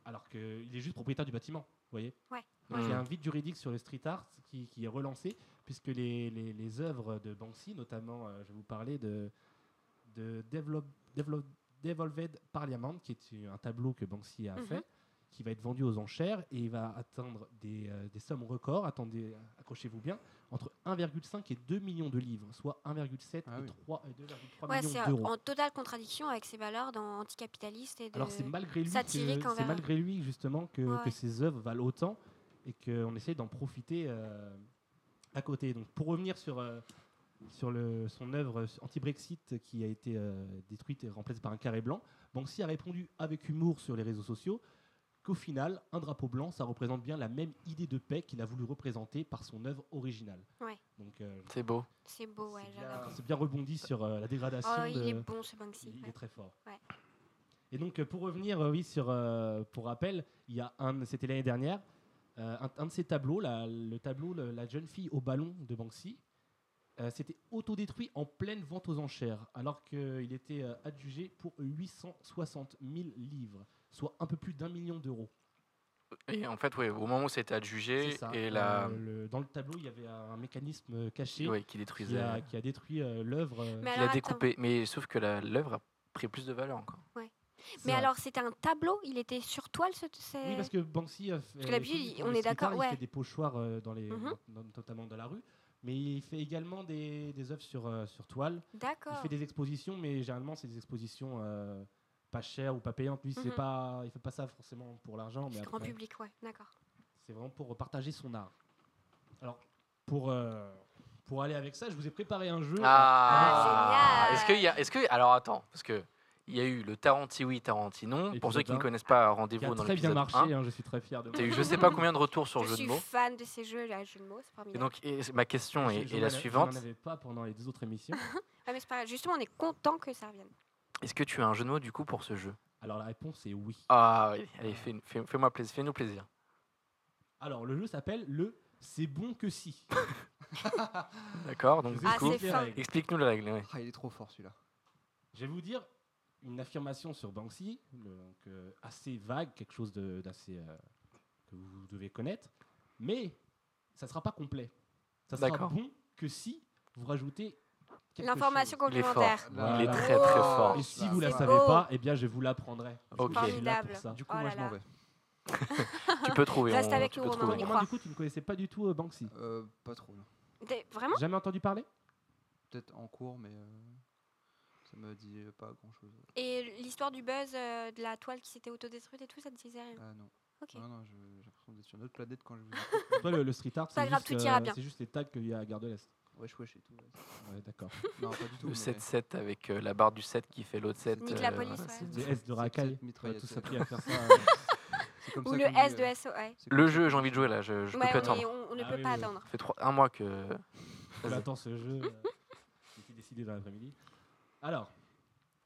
[SPEAKER 5] alors qu'il est juste propriétaire du bâtiment, vous voyez Donc, Il y a
[SPEAKER 2] Hmm.
[SPEAKER 5] un vide juridique sur le street art qui, qui est relancé, puisque les, les- les œuvres de Banksy, notamment, euh, je vais vous parler de, de Develop, Develop- Devolved Parliament, qui est une- un tableau que Banksy a
[SPEAKER 3] Mhm.
[SPEAKER 5] fait, qui va être vendu aux enchères et il va atteindre des, euh, des sommes records, attendez, accrochez-vous bien, entre 1,5 et 2 millions de livres, soit 1,7
[SPEAKER 4] Ah
[SPEAKER 5] et euh,
[SPEAKER 4] oui.
[SPEAKER 5] 3 et 2,3
[SPEAKER 3] Ouais, c'est
[SPEAKER 5] millions d'euros.
[SPEAKER 3] en totale contradiction avec ses valeurs dans anticapitaliste et de.
[SPEAKER 5] Alors c'est malgré lui, que-
[SPEAKER 3] Euh, satirique
[SPEAKER 5] c'est
[SPEAKER 3] envers-
[SPEAKER 5] malgré lui justement que,
[SPEAKER 3] Ouais, ouais.
[SPEAKER 5] que ses œuvres valent autant et qu'on essaie d'en profiter euh, à côté. Donc pour revenir sur euh, sur le, son œuvre euh, anti-Brexit qui a été euh, détruite et remplacée par un carré blanc, Banksy a répondu avec humour sur les réseaux sociaux qu'au final, un drapeau blanc, ça représente bien la même idée de paix qu'il a voulu représenter par son œuvre originale.
[SPEAKER 3] Ouais.
[SPEAKER 5] Donc euh,
[SPEAKER 2] C'est beau.
[SPEAKER 3] C'est beau, ouais,
[SPEAKER 5] c'est bien,
[SPEAKER 3] j'adore.
[SPEAKER 5] c'est bien rebondi sur euh, la dégradation.
[SPEAKER 3] Oh, il est
[SPEAKER 5] de-
[SPEAKER 3] bon ce Banksy.
[SPEAKER 5] il, il
[SPEAKER 3] ouais.
[SPEAKER 5] est très fort.
[SPEAKER 3] Ouais.
[SPEAKER 5] Et donc euh, pour revenir, euh, oui, sur, euh, pour rappel, il y a un, c'était l'année dernière, euh, un, un de ces tableaux, la- le tableau le- La jeune fille au ballon de Banksy, euh, s'était autodétruit en pleine vente aux enchères, alors qu'il était euh, adjugé pour 860 000 livres, soit un peu plus d'un million d'euros.
[SPEAKER 2] Et en fait, oui, au moment où c'était adjugé,
[SPEAKER 5] C'est ça.
[SPEAKER 2] et la.
[SPEAKER 5] Euh, le- dans le tableau, il y avait un mécanisme euh, caché
[SPEAKER 2] Oui, qui
[SPEAKER 5] qui,
[SPEAKER 2] détruisait.
[SPEAKER 5] a, qui a détruit euh, l'œuvre. euh,
[SPEAKER 3] Mais
[SPEAKER 2] Il a
[SPEAKER 3] alors, attends.
[SPEAKER 2] découpé. Mais sauf que la- l'œuvre a pris plus de valeur encore.
[SPEAKER 5] c'est
[SPEAKER 3] Mais
[SPEAKER 5] vrai.
[SPEAKER 3] alors, c'était un tableau Il était sur toile ce. c'est-
[SPEAKER 5] Oui, parce que Banksy. a fait- euh,
[SPEAKER 3] que l'habitude,
[SPEAKER 5] comme-
[SPEAKER 3] il-
[SPEAKER 5] comme
[SPEAKER 3] on
[SPEAKER 5] le
[SPEAKER 3] est d'accord,
[SPEAKER 5] street art, Il
[SPEAKER 3] ouais.
[SPEAKER 5] fait des pochoirs euh, dans les,
[SPEAKER 3] Mhm.
[SPEAKER 5] dans- dans- notamment dans la rue, mais il fait également des, des œuvres sur, euh, sur toile. Il
[SPEAKER 3] D'accord.
[SPEAKER 5] fait des expositions, mais généralement c'est des expositions euh, pas chères ou pas payantes. Lui, c'est
[SPEAKER 3] Mhm.
[SPEAKER 5] pas, il fait pas ça forcément pour l'argent, mais
[SPEAKER 3] C'est grand
[SPEAKER 5] après,
[SPEAKER 3] public, ouais, d'accord.
[SPEAKER 5] c'est vraiment pour partager son art. Alors, pour euh, pour aller avec ça, je vous ai préparé un jeu.
[SPEAKER 2] Ah,
[SPEAKER 3] Mm. génial.
[SPEAKER 2] Est-ce qu'il y a. Est-ce que. Alors attends, parce que. Il y a eu le Tarenti oui, Tarenti non.
[SPEAKER 5] Épisode
[SPEAKER 2] Pour ceux qui ne
[SPEAKER 5] 1.
[SPEAKER 2] connaissent pas,
[SPEAKER 5] hein qui a
[SPEAKER 2] rendez-vous dans
[SPEAKER 5] très bien
[SPEAKER 2] l'épisode
[SPEAKER 5] marché.
[SPEAKER 2] 1.
[SPEAKER 5] hein, je suis très fier de moi.
[SPEAKER 2] T'as eu je sais pas combien de retours sur
[SPEAKER 3] Je
[SPEAKER 2] jeu de
[SPEAKER 3] suis
[SPEAKER 2] mots.
[SPEAKER 3] fan de ces jeux, là, jeux de mots, c'est
[SPEAKER 2] Et
[SPEAKER 3] formidable.
[SPEAKER 2] donc, et- ma question
[SPEAKER 5] Je-
[SPEAKER 2] est,
[SPEAKER 5] je
[SPEAKER 2] est
[SPEAKER 5] m'en
[SPEAKER 2] la
[SPEAKER 5] av-
[SPEAKER 2] suivante.
[SPEAKER 5] Je n'en avais pas pendant les deux autres émissions.
[SPEAKER 3] Ah, mais c'est pas grave. Justement, on est content que ça revienne.
[SPEAKER 2] Est-ce que tu as un jeu de mots du coup pour ce jeu
[SPEAKER 5] Alors la réponse est oui.
[SPEAKER 2] Ah, oui, allez, fais- fais- fais-moi plaisir, fais-nous plaisir.
[SPEAKER 5] Alors le jeu s'appelle le C'est bon que si.
[SPEAKER 2] D'accord, donc
[SPEAKER 5] Je vous
[SPEAKER 2] du
[SPEAKER 3] Ah,
[SPEAKER 2] coup,
[SPEAKER 5] explique
[SPEAKER 3] c'est
[SPEAKER 5] les
[SPEAKER 3] fin.
[SPEAKER 5] règles.
[SPEAKER 2] explique-nous la règle. ouais.
[SPEAKER 4] Ah, il est trop fort celui-là.
[SPEAKER 5] Je vais vous dire une affirmation sur Banksy, le- donc, euh, assez vague, quelque chose de- d'assez euh, que vous devez connaître, mais ça sera pas complet. Ça sera
[SPEAKER 2] D'accord.
[SPEAKER 5] bon que si vous rajoutez quelque
[SPEAKER 3] L'information
[SPEAKER 5] chose.
[SPEAKER 2] Il est fort.
[SPEAKER 3] complémentaire.
[SPEAKER 2] Il est
[SPEAKER 5] Voilà.
[SPEAKER 2] très très
[SPEAKER 3] Oh.
[SPEAKER 2] fort.
[SPEAKER 5] Et si vous la
[SPEAKER 3] C'est
[SPEAKER 5] savez
[SPEAKER 3] beau.
[SPEAKER 5] pas, eh bien je vous l'apprendrai.
[SPEAKER 2] Ok.
[SPEAKER 5] Je suis là pour
[SPEAKER 3] Formidable.
[SPEAKER 5] ça.
[SPEAKER 4] Du coup,
[SPEAKER 3] Oh
[SPEAKER 4] moi,
[SPEAKER 3] là
[SPEAKER 4] je
[SPEAKER 3] là.
[SPEAKER 4] m'en vais.
[SPEAKER 2] Tu
[SPEAKER 3] <laughs>
[SPEAKER 2] peux trouver.
[SPEAKER 3] Reste
[SPEAKER 2] on-
[SPEAKER 3] avec
[SPEAKER 2] tu
[SPEAKER 3] nous,
[SPEAKER 2] peux
[SPEAKER 3] Romain,
[SPEAKER 2] trouver.
[SPEAKER 3] on
[SPEAKER 5] Romain,
[SPEAKER 3] y
[SPEAKER 5] du
[SPEAKER 3] croit. Hein
[SPEAKER 5] coup, tu ne connaissais pas du tout euh, Banksy.
[SPEAKER 4] Euh, pas trop, non.
[SPEAKER 3] Des- Vraiment
[SPEAKER 5] Jamais entendu parler
[SPEAKER 4] Peut-être en cours, mais euh, ça me dit pas grand-chose.
[SPEAKER 3] Et l'histoire du buzz euh, de la toile qui s'était autodétruite et tout, ça ne disait rien.
[SPEAKER 4] Ah non.
[SPEAKER 3] Ok.
[SPEAKER 4] Non, non, je- j'ai l'impression d'être sur une autre planète quand je vous
[SPEAKER 3] <laughs>
[SPEAKER 4] écoute.
[SPEAKER 5] Toi, le, le street art,
[SPEAKER 3] Pas
[SPEAKER 5] c'est
[SPEAKER 3] grave,
[SPEAKER 5] juste, euh,
[SPEAKER 3] tout ira bien.
[SPEAKER 5] c'est juste les tags qu'il y a à Gare de l'Est.
[SPEAKER 4] Wesh, wesh et tout. ouais.
[SPEAKER 5] Ouais, d'accord.
[SPEAKER 4] Non, pas du tout.
[SPEAKER 2] Le
[SPEAKER 4] mais
[SPEAKER 2] 7-7 avec euh, la barre du 7 qui fait l'autre euh, 7.
[SPEAKER 3] Nique la police, ouais.
[SPEAKER 5] Le S de racaille.
[SPEAKER 4] Cette
[SPEAKER 5] On a
[SPEAKER 4] mitraillette,
[SPEAKER 5] tous
[SPEAKER 4] ouais.
[SPEAKER 5] appris à faire ça. euh,
[SPEAKER 4] c'est comme
[SPEAKER 3] Ou
[SPEAKER 4] ça
[SPEAKER 3] le
[SPEAKER 4] qu'on dit,
[SPEAKER 3] S de
[SPEAKER 4] euh,
[SPEAKER 3] SO. Ouais,
[SPEAKER 4] c'est
[SPEAKER 2] Le
[SPEAKER 4] comme-
[SPEAKER 2] jeu, j'ai envie de jouer là, je, je
[SPEAKER 3] Ouais,
[SPEAKER 2] peux plus
[SPEAKER 3] on est-
[SPEAKER 2] attendre.
[SPEAKER 3] on, on ne
[SPEAKER 5] Ah
[SPEAKER 3] peut
[SPEAKER 5] oui,
[SPEAKER 3] pas
[SPEAKER 5] oui.
[SPEAKER 3] attendre.
[SPEAKER 2] Ça fait trois- un mois que.
[SPEAKER 5] On
[SPEAKER 2] Vas-y.
[SPEAKER 5] attend ce jeu. euh, qui était décidé dans l'après-midi. Alors,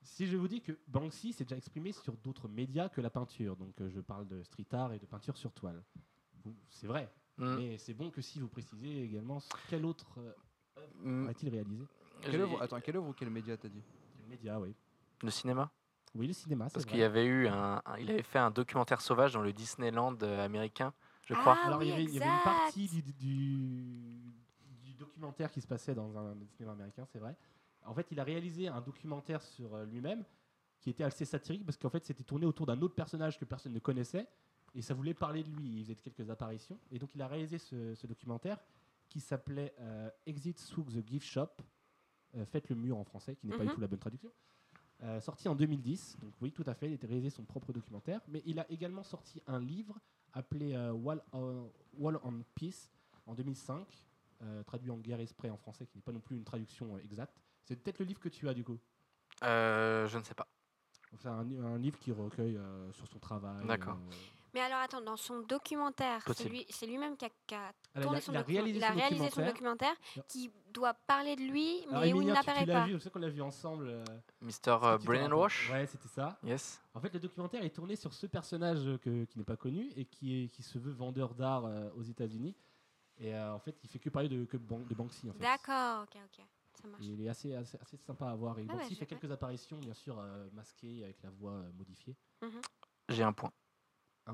[SPEAKER 5] si je vous dis que Banksy s'est déjà exprimé sur d'autres médias que la peinture, donc euh, je parle de street art et de peinture sur toile. Vous- C'est vrai,
[SPEAKER 2] Hmm.
[SPEAKER 5] mais c'est bon que si vous précisez également ce- quelle autre euh,
[SPEAKER 2] Hmm.
[SPEAKER 5] aurait-il réalisé.
[SPEAKER 4] Quelle œuvre- Attends, quelle œuvre ou quel média t'as dit
[SPEAKER 5] Le média, oui.
[SPEAKER 2] Le cinéma
[SPEAKER 5] Oui, le cinéma, c'est
[SPEAKER 2] Parce
[SPEAKER 5] vrai.
[SPEAKER 2] qu'il y avait eu un, un- il avait fait un documentaire sauvage dans le Disneyland euh, américain, je crois.
[SPEAKER 3] Ah
[SPEAKER 5] Alors, il, y
[SPEAKER 3] oui,
[SPEAKER 5] avait, il y avait une partie
[SPEAKER 3] exact.
[SPEAKER 5] du, du- du documentaire qui se passait dans un cinéma américain, c'est vrai. En fait, il a réalisé un documentaire sur euh, lui-même qui était assez satirique parce qu'en fait, c'était tourné autour d'un autre personnage que personne ne connaissait et ça voulait parler de lui. Il faisait quelques apparitions et donc il a réalisé ce, ce documentaire qui s'appelait euh, Exit Through the Gift Shop, euh, Faites le mur en français, qui n'est pas
[SPEAKER 3] Mhm.
[SPEAKER 5] du tout la bonne traduction. Euh, sorti en 2010, donc oui, tout à fait, il a réalisé son propre documentaire, mais il a également sorti un livre appelé euh, Wall, on, Wall on Peace en 2005, euh, traduit en Guerre et Spray en français, qui n'est pas non plus une traduction euh, exacte. C'est peut-être le livre que tu as du coup. Ah.
[SPEAKER 2] Euh, je ne sais pas.
[SPEAKER 5] C'est un, un livre qui recueille euh, sur son travail.
[SPEAKER 2] D'accord.
[SPEAKER 5] euh,
[SPEAKER 3] Mais alors, attends, dans son documentaire, c'est
[SPEAKER 2] Possible.
[SPEAKER 3] lui- c'est lui-même qui a, qui a
[SPEAKER 5] Alors,
[SPEAKER 3] tourné
[SPEAKER 5] il, a,
[SPEAKER 3] son
[SPEAKER 5] il a
[SPEAKER 3] document-
[SPEAKER 5] réalisé
[SPEAKER 3] il a
[SPEAKER 5] son
[SPEAKER 3] réalisé son
[SPEAKER 5] documentaire.
[SPEAKER 3] documentaire
[SPEAKER 5] Yeah.
[SPEAKER 3] qui doit parler de lui,
[SPEAKER 5] Alors,
[SPEAKER 3] mais où il
[SPEAKER 5] Emilia, tu-
[SPEAKER 3] n'apparaît
[SPEAKER 5] tu l'as
[SPEAKER 3] pas.
[SPEAKER 5] vu, je sais qu'on l'a vu ensemble. euh,
[SPEAKER 2] Mister
[SPEAKER 5] est-ce que tu te
[SPEAKER 2] Brennan
[SPEAKER 5] rappelles
[SPEAKER 2] Wash
[SPEAKER 5] Ouais, c'était ça.
[SPEAKER 2] Yes.
[SPEAKER 5] En fait, le documentaire est tourné sur ce personnage euh, que- qui n'est pas connu et qui, est, qui se veut vendeur d'art euh, aux États-Unis. Et euh, en fait, il fait que parler de, que Ban- de Banksy. En fait.
[SPEAKER 3] D'accord, ok, ok. Ça marche.
[SPEAKER 5] Il est assez, assez, assez sympa à voir. Et
[SPEAKER 3] Ah ouais,
[SPEAKER 5] Banksy
[SPEAKER 3] je-
[SPEAKER 5] fait quelques apparitions, bien sûr, euh, masquées avec la voix euh, modifiée.
[SPEAKER 2] J'ai un point.
[SPEAKER 5] Un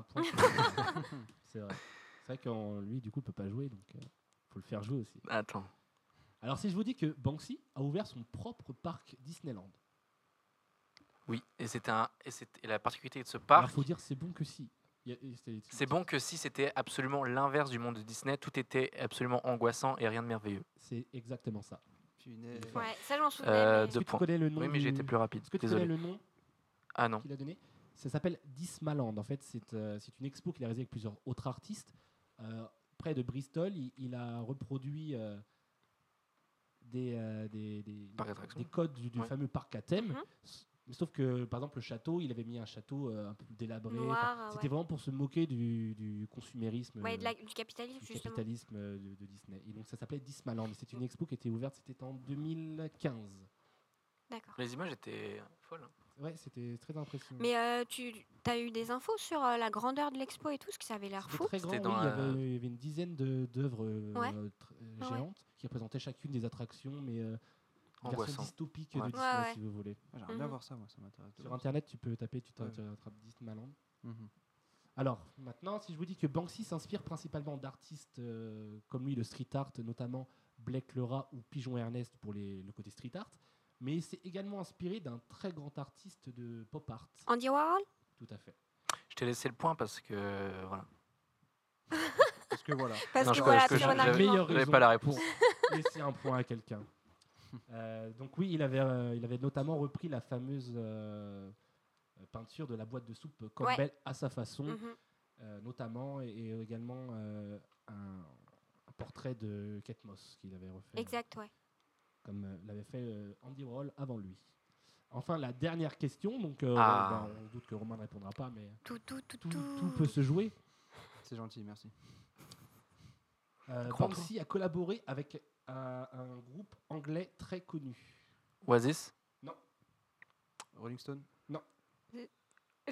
[SPEAKER 3] <laughs>
[SPEAKER 5] point. <laughs> c'est vrai. C'est vrai qu'en lui, du coup, peut pas jouer, donc il faut le faire jouer aussi.
[SPEAKER 2] Attends.
[SPEAKER 5] Alors, si je vous dis que Banksy a ouvert son propre parc Disneyland.
[SPEAKER 2] Oui, et c'était un et c'était et la particularité de ce
[SPEAKER 5] Alors,
[SPEAKER 2] parc,
[SPEAKER 5] faut dire, c'est bon que si. Il y a- et c'était-
[SPEAKER 2] c'est bon que si c'était absolument l'inverse du monde de Disney, tout était absolument angoissant et rien de merveilleux.
[SPEAKER 5] C'est exactement ça.
[SPEAKER 4] Punaise.
[SPEAKER 5] Ouais.
[SPEAKER 3] Ouais, ça, je m'en souvenais.
[SPEAKER 2] Euh,
[SPEAKER 3] mais-
[SPEAKER 5] Est-ce
[SPEAKER 2] Deux
[SPEAKER 5] que tu
[SPEAKER 2] points.
[SPEAKER 5] connais le nom
[SPEAKER 2] Oui, mais
[SPEAKER 5] du-
[SPEAKER 2] j'ai été plus rapide.
[SPEAKER 5] Est-ce que tu
[SPEAKER 2] Désolé.
[SPEAKER 5] connais le nom
[SPEAKER 2] Ah non.
[SPEAKER 5] qu'il a donné Ça s'appelle Dismaland. En fait, c'est euh, c'est une expo qu'il a réalisée avec plusieurs autres artistes. Euh, près de Bristol, il, il a reproduit euh, des, euh, des, des-
[SPEAKER 2] Parc d'attractions.
[SPEAKER 5] des codes du, du
[SPEAKER 2] Ouais.
[SPEAKER 5] fameux parc à thème.
[SPEAKER 3] Mhm.
[SPEAKER 5] S- Sauf que, par exemple, le château, il avait mis un château euh, un peu délabré. Enfin,
[SPEAKER 3] Noir,
[SPEAKER 5] C'était
[SPEAKER 3] ouais.
[SPEAKER 5] vraiment pour se moquer du, du consumérisme.
[SPEAKER 3] Ouais, de la-
[SPEAKER 5] euh,
[SPEAKER 3] du capitalisme,
[SPEAKER 5] du
[SPEAKER 3] justement.
[SPEAKER 5] capitalisme euh, de, de Disney. Et donc ça s'appelait Dismaland. Et C'est une expo qui était ouverte, c'était en 2015.
[SPEAKER 3] D'accord.
[SPEAKER 2] Les images étaient folles. hein.
[SPEAKER 5] Ouais, c'était très impressionnant.
[SPEAKER 3] Mais euh, tu as eu des infos sur euh, la grandeur de l'expo et tout, ce que ça avait l'air
[SPEAKER 5] C'était
[SPEAKER 3] fou.
[SPEAKER 5] très grand,
[SPEAKER 2] C'était
[SPEAKER 5] oui,
[SPEAKER 2] dans
[SPEAKER 5] il, y avait,
[SPEAKER 2] la-
[SPEAKER 5] il y avait une dizaine de- d'œuvres euh,
[SPEAKER 3] Ouais.
[SPEAKER 5] euh, tr- euh,
[SPEAKER 3] Ah ouais.
[SPEAKER 5] géantes qui représentaient chacune des attractions, mais euh, une version
[SPEAKER 2] Angoissant.
[SPEAKER 5] dystopique
[SPEAKER 2] Ouais.
[SPEAKER 5] de Disney,
[SPEAKER 3] Ouais, ouais.
[SPEAKER 5] si vous voulez.
[SPEAKER 4] Ah, J'aimerais bien
[SPEAKER 3] Mhm.
[SPEAKER 4] voir ça, moi, ça m'intéresse. de
[SPEAKER 5] Sur
[SPEAKER 4] voir
[SPEAKER 5] Internet, tu peux taper, tu t'a-
[SPEAKER 4] Ouais.
[SPEAKER 5] tu attrapes Disneyland.
[SPEAKER 4] ça. Mhm.
[SPEAKER 5] Alors, maintenant, si je vous dis que Banksy s'inspire principalement d'artistes euh, comme lui, le street art, notamment Blake Lara ou Pigeon Ernest pour les- le côté street art, mais il s'est également inspiré d'un très grand artiste de pop art.
[SPEAKER 3] Andy Warhol
[SPEAKER 5] Tout à fait.
[SPEAKER 2] Je t'ai laissé le point parce que euh, voilà.
[SPEAKER 4] Parce que voilà.
[SPEAKER 3] Parce
[SPEAKER 2] Non,
[SPEAKER 3] que
[SPEAKER 2] je-
[SPEAKER 3] voilà,
[SPEAKER 2] je-
[SPEAKER 3] c'est
[SPEAKER 2] je-
[SPEAKER 3] mon
[SPEAKER 2] j'avais-
[SPEAKER 3] argument.
[SPEAKER 5] meilleure
[SPEAKER 2] J'avais
[SPEAKER 5] raison
[SPEAKER 2] pas la
[SPEAKER 5] <laughs>
[SPEAKER 2] réponse.
[SPEAKER 5] pour laisser un point
[SPEAKER 2] <laughs>
[SPEAKER 5] à quelqu'un. Euh, donc oui, il avait, euh, il avait notamment repris la fameuse euh, peinture de la boîte de soupe euh, Campbell à sa façon,
[SPEAKER 3] Mhm.
[SPEAKER 5] euh, notamment, et, et également euh, un, un portrait de Kate Moss qu'il avait refait, euh,
[SPEAKER 3] Exact, ouais.
[SPEAKER 5] comme euh, l'avait fait euh, Andy Warhol avant lui. Enfin, la dernière question, donc euh,
[SPEAKER 2] Ah.
[SPEAKER 5] ben, on doute que Romain ne répondra pas, mais
[SPEAKER 3] Tout, tout, tout,
[SPEAKER 5] tout,
[SPEAKER 3] tout.
[SPEAKER 5] tout peut se jouer.
[SPEAKER 4] C'est gentil, merci.
[SPEAKER 5] Euh,
[SPEAKER 2] Crois-toi.
[SPEAKER 5] Banksy a collaboré avec un- un groupe anglais très connu.
[SPEAKER 2] Oasis
[SPEAKER 4] Rolling Stone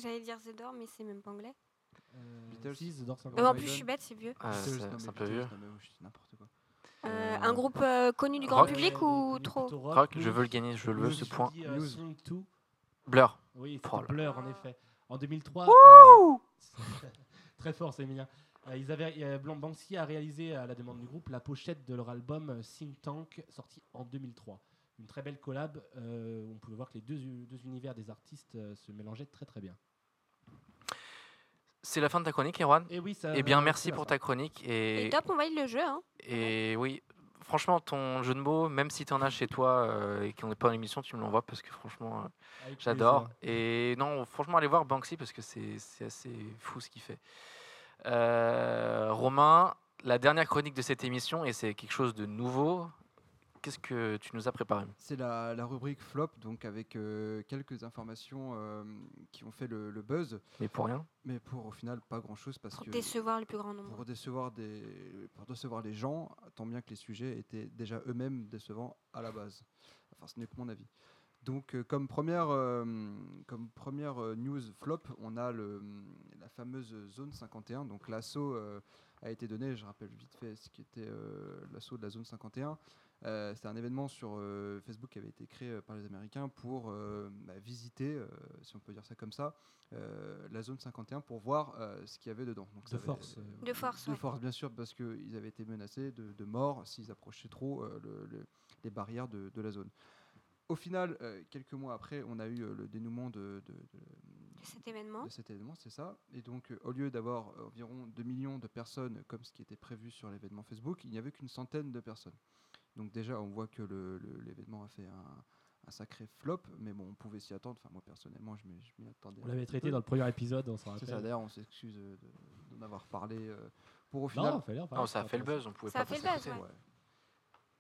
[SPEAKER 3] J'allais dire The Door, mais c'est même pas anglais.
[SPEAKER 5] Euh,
[SPEAKER 4] Beatles.
[SPEAKER 5] si, The Doors, c'est un
[SPEAKER 3] Mais
[SPEAKER 5] groupe.
[SPEAKER 3] en
[SPEAKER 4] Maiden.
[SPEAKER 3] plus, je suis bête, c'est vieux.
[SPEAKER 2] Ah,
[SPEAKER 4] Beatles,
[SPEAKER 2] C'est
[SPEAKER 4] non, mais
[SPEAKER 2] c'est un peu
[SPEAKER 4] Beatles,
[SPEAKER 2] vieux.
[SPEAKER 4] non, mais oh, je dis n'importe quoi.
[SPEAKER 3] Euh,
[SPEAKER 2] Euh,
[SPEAKER 3] un groupe euh, connu du grand
[SPEAKER 2] rock.
[SPEAKER 3] public
[SPEAKER 5] Euh,
[SPEAKER 3] ou
[SPEAKER 5] plutôt
[SPEAKER 3] trop
[SPEAKER 5] rock,
[SPEAKER 2] Rock, je
[SPEAKER 5] blues,
[SPEAKER 2] veux le gagner, je le veux
[SPEAKER 5] blues,
[SPEAKER 2] ce point.
[SPEAKER 5] dis, euh,
[SPEAKER 4] Blues.
[SPEAKER 5] Song 2,
[SPEAKER 2] Blur.
[SPEAKER 5] Oui,
[SPEAKER 2] Oh là
[SPEAKER 5] c'était
[SPEAKER 2] là.
[SPEAKER 5] Blur, en effet. En 2003. euh, <laughs> très fort, c'est Emilia. Euh, ils avaient, euh, Blanc- Banksy a réalisé à la demande du groupe la pochette de leur album euh, Think Tank, sorti en 2003. Une très belle collab. euh, où on pouvait voir que les deux, u- deux univers des artistes euh, se mélangeaient très très bien.
[SPEAKER 2] C'est la fin de ta chronique, Erwan
[SPEAKER 5] Et oui, ça.
[SPEAKER 2] Eh bien,
[SPEAKER 5] euh,
[SPEAKER 2] merci
[SPEAKER 5] c'est
[SPEAKER 2] pour
[SPEAKER 5] ça.
[SPEAKER 2] ta chronique.
[SPEAKER 3] Et
[SPEAKER 2] Et,
[SPEAKER 3] top, on valide le jeu. Hein.
[SPEAKER 2] et oui, franchement, ton jeu de mots, même si tu en as chez toi euh, et qu'on n'est pas en émission, tu me l'envoies parce que franchement, euh,
[SPEAKER 5] Avec
[SPEAKER 2] j'adore.
[SPEAKER 5] plaisir.
[SPEAKER 2] Et non, franchement, allez voir Banksy parce que c'est c'est assez fou ce qu'il fait. Euh, Romain, la dernière chronique de cette émission, et c'est quelque chose de nouveau. Qu'est-ce que tu nous as préparé
[SPEAKER 4] C'est la, la rubrique flop, donc avec euh, quelques informations euh, qui ont fait le, le buzz,
[SPEAKER 2] Mais pour rien.
[SPEAKER 4] mais pour au final pas grand chose parce
[SPEAKER 3] Pour
[SPEAKER 4] que
[SPEAKER 3] décevoir le plus grand nombre.
[SPEAKER 4] pour décevoir des pour décevoir les gens, tant bien que les sujets étaient déjà eux-mêmes décevants à la base. Enfin, ce n'est que mon avis. Donc, euh, comme première, euh, comme première euh, news flop, on a le, la fameuse zone 51. Donc, l'assaut euh, a été donné. Je rappelle vite fait ce qui était euh, l'assaut de la zone 51. Euh, C'était un événement sur euh, Facebook qui avait été créé euh, par les Américains pour euh, bah, visiter, euh, si on peut dire ça comme ça, euh, la zone 51 pour voir euh, ce qu'il y avait dedans. Donc, ça
[SPEAKER 5] De
[SPEAKER 4] avait-
[SPEAKER 5] force, euh.
[SPEAKER 3] De force,
[SPEAKER 4] De
[SPEAKER 3] ouais.
[SPEAKER 4] force, bien sûr, parce qu'ils avaient été menacés de, de mort s'ils approchaient trop euh, le- le- les barrières de- de la zone. Au final, euh, quelques mois après, on a eu euh, le dénouement de, de- de-
[SPEAKER 3] De cet événement.
[SPEAKER 4] de cet événement, c'est ça. Et donc, euh, au lieu d'avoir euh, environ 2 millions de personnes comme ce qui était prévu sur l'événement Facebook, il n'y avait qu'une centaine de personnes. Donc déjà, on voit que le- le- l'événement a fait un, un sacré flop, mais bon, on pouvait s'y attendre. Enfin, moi, personnellement, je m'y je m'y attendais.
[SPEAKER 5] On
[SPEAKER 4] un
[SPEAKER 5] l'avait
[SPEAKER 4] petit
[SPEAKER 5] traité
[SPEAKER 4] peu.
[SPEAKER 5] dans le premier épisode, on s'en rappelle.
[SPEAKER 4] C'est ça, d'ailleurs, on s'excuse euh, de- d'en avoir parlé euh, pour au final
[SPEAKER 5] Non, fallait en parler,
[SPEAKER 2] Non, ça a
[SPEAKER 5] c'est
[SPEAKER 2] fait le
[SPEAKER 5] intéressant.
[SPEAKER 2] buzz, on pouvait
[SPEAKER 3] Ça
[SPEAKER 2] pas
[SPEAKER 3] a fait le
[SPEAKER 2] passer à
[SPEAKER 3] buzz,
[SPEAKER 2] côté.
[SPEAKER 3] ouais.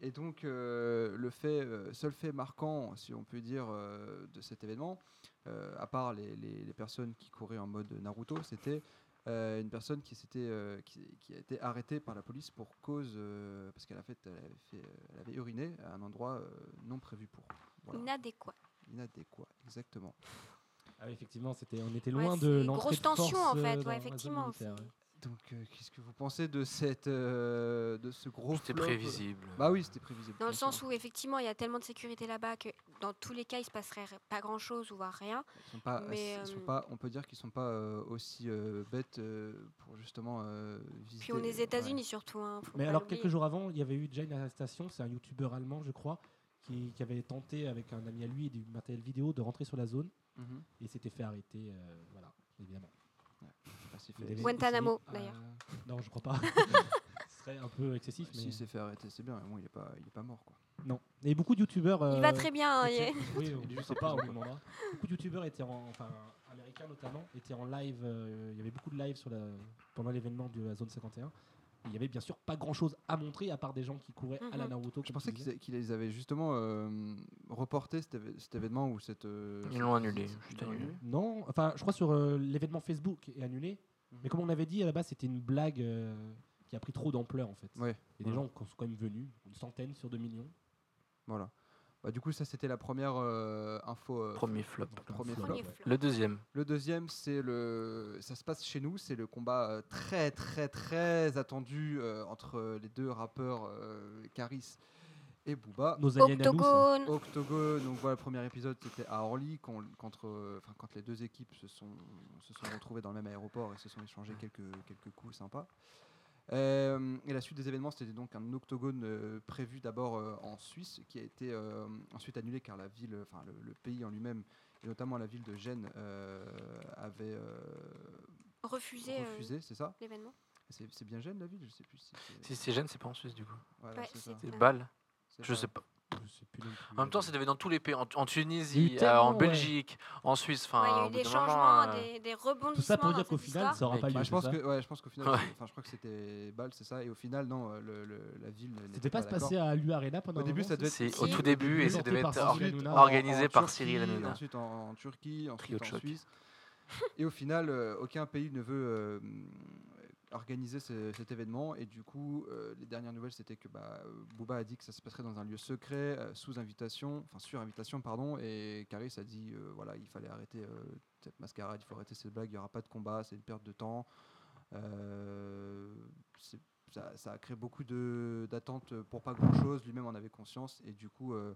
[SPEAKER 4] Et donc, euh, le fait, euh, seul fait marquant, si on peut dire, euh, de cet événement, euh, à part les, les- les personnes qui couraient en mode Naruto, c'était euh, une personne qui, s'était, euh, qui, qui a été arrêtée par la police pour cause, euh, parce qu'elle a fait, elle avait, fait, euh, elle avait uriné à un endroit euh, non prévu pour. Voilà.
[SPEAKER 3] Inadéquat.
[SPEAKER 4] Inadéquat, exactement.
[SPEAKER 5] Ah oui, effectivement, c'était, on était
[SPEAKER 3] Ouais,
[SPEAKER 5] loin
[SPEAKER 3] c'est
[SPEAKER 5] de
[SPEAKER 3] une
[SPEAKER 5] l'entrée
[SPEAKER 3] grosse
[SPEAKER 5] de force,
[SPEAKER 3] tension, en
[SPEAKER 5] euh,
[SPEAKER 3] fait, ouais,
[SPEAKER 5] dans la zone
[SPEAKER 3] effectivement,
[SPEAKER 5] militaire,
[SPEAKER 3] c'est-
[SPEAKER 5] ouais.
[SPEAKER 4] Donc, euh, qu'est-ce que vous pensez de, cette, euh, de ce gros
[SPEAKER 2] C'était
[SPEAKER 4] flop
[SPEAKER 2] prévisible.
[SPEAKER 4] Bah oui, c'était prévisible.
[SPEAKER 3] Dans le
[SPEAKER 4] bien sûr.
[SPEAKER 3] sens où, effectivement, il y a tellement de sécurité là-bas que dans tous les cas, il se passerait r- pas grand-chose ou voire rien.
[SPEAKER 4] Ils sont pas,
[SPEAKER 3] Mais,
[SPEAKER 4] ils sont
[SPEAKER 3] euh,
[SPEAKER 4] pas, on peut dire qu'ils sont pas euh, aussi euh, bêtes euh, pour justement euh,
[SPEAKER 3] Puis
[SPEAKER 4] visiter.
[SPEAKER 3] on est
[SPEAKER 4] ouais.
[SPEAKER 3] États-Unis surtout. hein, faut
[SPEAKER 5] Mais
[SPEAKER 3] pas
[SPEAKER 5] alors,
[SPEAKER 3] l'oublier.
[SPEAKER 5] quelques jours avant, il y avait eu déjà une arrestation. C'est un youtubeur allemand, je crois, qui, qui avait tenté, avec un ami à lui et du matériel vidéo, de rentrer sur la zone
[SPEAKER 4] Mhm.
[SPEAKER 5] et s'était fait arrêter. euh, voilà, évidemment.
[SPEAKER 4] Enfin, s'il
[SPEAKER 5] Il
[SPEAKER 4] Bah, fait-
[SPEAKER 5] avait
[SPEAKER 3] Guantanamo,
[SPEAKER 5] essayé-
[SPEAKER 3] d'ailleurs.
[SPEAKER 5] Euh, non, je crois pas. <laughs> Ce serait un peu excessif.
[SPEAKER 4] Si
[SPEAKER 5] mais-
[SPEAKER 4] il s'est fait arrêter, c'est bien. mais Bon, il est pas, il est pas mort quoi.
[SPEAKER 5] Non. Et beaucoup de youtubeurs.
[SPEAKER 3] Il va très bien. hein, il est-
[SPEAKER 5] Était- Oui, on
[SPEAKER 4] Il est
[SPEAKER 5] ne
[SPEAKER 4] juste
[SPEAKER 5] sait pas,
[SPEAKER 4] en
[SPEAKER 5] on
[SPEAKER 4] prison,
[SPEAKER 5] lui demandera. Beaucoup de youtubeurs étaient en, enfin, américains notamment, étaient en live. euh, Il y avait beaucoup de lives sur la, pendant l'événement de la zone 51. Il y avait bien sûr pas grand chose à montrer à part des gens qui couraient à la
[SPEAKER 3] Mhm.
[SPEAKER 5] Naruto.
[SPEAKER 4] Je
[SPEAKER 5] comme
[SPEAKER 4] pensais
[SPEAKER 5] tu
[SPEAKER 4] qu'ils
[SPEAKER 5] disais.
[SPEAKER 4] a- qu'ils les avaient justement euh, reporté cet, éve- cet événement ou cette. euh,
[SPEAKER 2] Ils l'ont annulé,
[SPEAKER 4] cette-
[SPEAKER 2] juste
[SPEAKER 4] ils l'ont
[SPEAKER 2] annulé.
[SPEAKER 5] Non, enfin, je crois sur euh, l'événement Facebook est annulé.
[SPEAKER 4] Mhm.
[SPEAKER 5] Mais comme on avait dit à la base, c'était une blague euh, qui a pris trop d'ampleur en fait.
[SPEAKER 4] Ouais,
[SPEAKER 5] Et des
[SPEAKER 4] voilà.
[SPEAKER 5] gens qui sont quand même venus, une centaine sur 2 millions.
[SPEAKER 4] Voilà. Bah, du coup, ça c'était la première euh, info. euh,
[SPEAKER 2] Premier flop.
[SPEAKER 5] Donc,
[SPEAKER 4] Premier
[SPEAKER 3] <laughs>
[SPEAKER 5] un flop,
[SPEAKER 3] Premier
[SPEAKER 5] ouais.
[SPEAKER 3] flop.
[SPEAKER 2] Le deuxième.
[SPEAKER 4] Le deuxième, c'est le. Ça se passe chez nous, c'est le combat euh, très, très, très attendu euh, entre euh, les deux rappeurs euh, Caris et Booba.
[SPEAKER 5] Nos aliens à nous, ça.
[SPEAKER 4] hein.
[SPEAKER 3] Octogone.
[SPEAKER 4] Octogone, donc voilà, le premier épisode c'était à Orly quand, contre, euh, enfin, quand les deux équipes se sont, se sont retrouvées dans le même aéroport et se sont échangées quelques, quelques coups sympas. Euh, et la suite des événements c'était donc un octogone euh, prévu d'abord euh, en Suisse qui a été euh, ensuite annulé car la ville, enfin le, le pays en lui-même, et notamment la ville de Gênes, euh, avait euh,
[SPEAKER 3] Refusé euh,
[SPEAKER 4] Oh, refusé, c'est ça
[SPEAKER 3] l'événement.
[SPEAKER 4] c'est, c'est bien Gênes la ville Je sais plus. Si c'est-
[SPEAKER 2] Si c'est Gênes, c'est pas en Suisse du coup.
[SPEAKER 4] voilà,
[SPEAKER 3] Ouais,
[SPEAKER 4] c'est
[SPEAKER 3] c'est-
[SPEAKER 4] ça.
[SPEAKER 2] C'est
[SPEAKER 3] Ouais.
[SPEAKER 2] Bâle.
[SPEAKER 4] C'est
[SPEAKER 2] Je
[SPEAKER 4] ça.
[SPEAKER 2] sais pas.
[SPEAKER 5] hein. Je sais plus non plus. euh,
[SPEAKER 2] En même temps, ça devait dans tous les pays, en, en
[SPEAKER 5] Il y a
[SPEAKER 2] Tunisie,
[SPEAKER 5] eu
[SPEAKER 2] euh, en
[SPEAKER 5] tellement, ouais.
[SPEAKER 2] Belgique, en Suisse.
[SPEAKER 3] Ouais,
[SPEAKER 2] Enfin,
[SPEAKER 3] il y
[SPEAKER 2] Ah, au
[SPEAKER 3] a eu
[SPEAKER 2] bout
[SPEAKER 3] des
[SPEAKER 2] d'un
[SPEAKER 3] changements, hein,
[SPEAKER 2] moment, euh,
[SPEAKER 3] des, des
[SPEAKER 5] Tout ça
[SPEAKER 3] rebondissements.
[SPEAKER 5] pour dire
[SPEAKER 3] dans
[SPEAKER 5] qu'au
[SPEAKER 3] cette
[SPEAKER 5] final,
[SPEAKER 3] histoire.
[SPEAKER 5] ça n'aura
[SPEAKER 2] Mec,
[SPEAKER 5] pas lieu.
[SPEAKER 4] Bah, je
[SPEAKER 5] c'est
[SPEAKER 4] pense
[SPEAKER 5] ça
[SPEAKER 4] que, ouais, je pense qu'au final,
[SPEAKER 2] Ouais.
[SPEAKER 4] c'est- enfin, je crois que c'était Bâle, c'est ça. Et au final, non, euh, le, le- la ville. n'était
[SPEAKER 5] C'était pas se
[SPEAKER 4] d'accord.
[SPEAKER 5] passer à l'U Arena pendant
[SPEAKER 4] Au
[SPEAKER 5] un
[SPEAKER 4] début,
[SPEAKER 5] moment,
[SPEAKER 4] ça devait être-
[SPEAKER 2] c'est au
[SPEAKER 3] Si.
[SPEAKER 2] tout début et ça
[SPEAKER 5] Présenté
[SPEAKER 2] devait
[SPEAKER 5] par
[SPEAKER 2] être
[SPEAKER 5] Cyril
[SPEAKER 2] or-
[SPEAKER 5] Hanouna.
[SPEAKER 4] en-
[SPEAKER 2] organisé
[SPEAKER 4] en
[SPEAKER 2] par
[SPEAKER 4] Turquie,
[SPEAKER 2] Cyril Hanouna.
[SPEAKER 4] Ensuite en, en Turquie,
[SPEAKER 2] Trio
[SPEAKER 4] ensuite
[SPEAKER 2] de
[SPEAKER 4] en
[SPEAKER 2] choc.
[SPEAKER 4] Suisse. Et au final, euh, aucun pays ne veut euh, organiser ce- cet événement. Et du coup, euh, les dernières nouvelles, c'était que bah, euh, Booba a dit que ça se passerait dans un lieu secret, euh, sous invitation, enfin sur invitation, pardon. Et Caris a dit, euh, voilà, il fallait arrêter euh, cette mascarade, il faut arrêter cette blague, il n'y aura pas de combat, c'est une perte de temps. Euh, c'est- ça, ça a créé beaucoup de- d'attentes pour pas grand-chose. Lui-même en avait conscience. Et du coup, euh,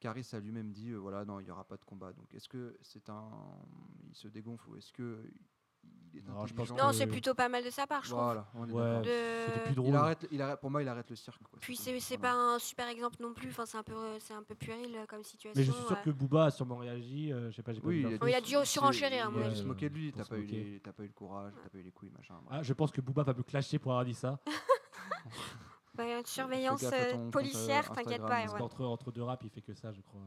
[SPEAKER 4] Caris a lui-même dit euh, voilà, non, il n'y aura pas de combat. Donc, est-ce que c'est un. Il se dégonfle ou est-ce que. Il est
[SPEAKER 5] Non, je pense
[SPEAKER 4] intelligent
[SPEAKER 5] que-
[SPEAKER 3] Non, c'est plutôt pas mal de sa part, je trouve.
[SPEAKER 4] euh, Voilà, on est
[SPEAKER 5] Ouais,
[SPEAKER 4] d'accord.
[SPEAKER 3] De-
[SPEAKER 5] c'était plus drôle.
[SPEAKER 4] Il arrête, il arrête, pour moi, il arrête le cirque. quoi.
[SPEAKER 3] Puis
[SPEAKER 4] tout.
[SPEAKER 3] c'est c'est pas
[SPEAKER 4] Voilà.
[SPEAKER 3] un super exemple non plus. Enfin, c'est un peu c'est un peu puéril euh, comme situation.
[SPEAKER 5] Mais je suis sûr
[SPEAKER 3] euh.
[SPEAKER 5] que Booba a sûrement réagi. euh, je sais pas, j'ai pas
[SPEAKER 4] Oui,
[SPEAKER 5] vu l'info.
[SPEAKER 3] Oh, il a dû
[SPEAKER 4] se-
[SPEAKER 3] surenchérir, à
[SPEAKER 5] mon
[SPEAKER 4] Il a dû
[SPEAKER 5] avis.
[SPEAKER 4] se moquer de lui.
[SPEAKER 5] Pour
[SPEAKER 4] T'as
[SPEAKER 5] se
[SPEAKER 4] pas, eu
[SPEAKER 5] moquer.
[SPEAKER 4] les- t'as pas eu le courage, t'as pas eu les couilles, machin. bref.
[SPEAKER 5] Ah, je pense que Booba va me clasher pour avoir dit ça.
[SPEAKER 3] Eh Ouais, une surveillance
[SPEAKER 4] gaffe à
[SPEAKER 3] euh,
[SPEAKER 4] ton compte, euh,
[SPEAKER 3] policière, t'inquiète
[SPEAKER 4] Instagram,
[SPEAKER 3] pas.
[SPEAKER 4] parce
[SPEAKER 5] Parce
[SPEAKER 3] ouais.
[SPEAKER 5] qu'entre entre deux raps, il fait que ça, je crois.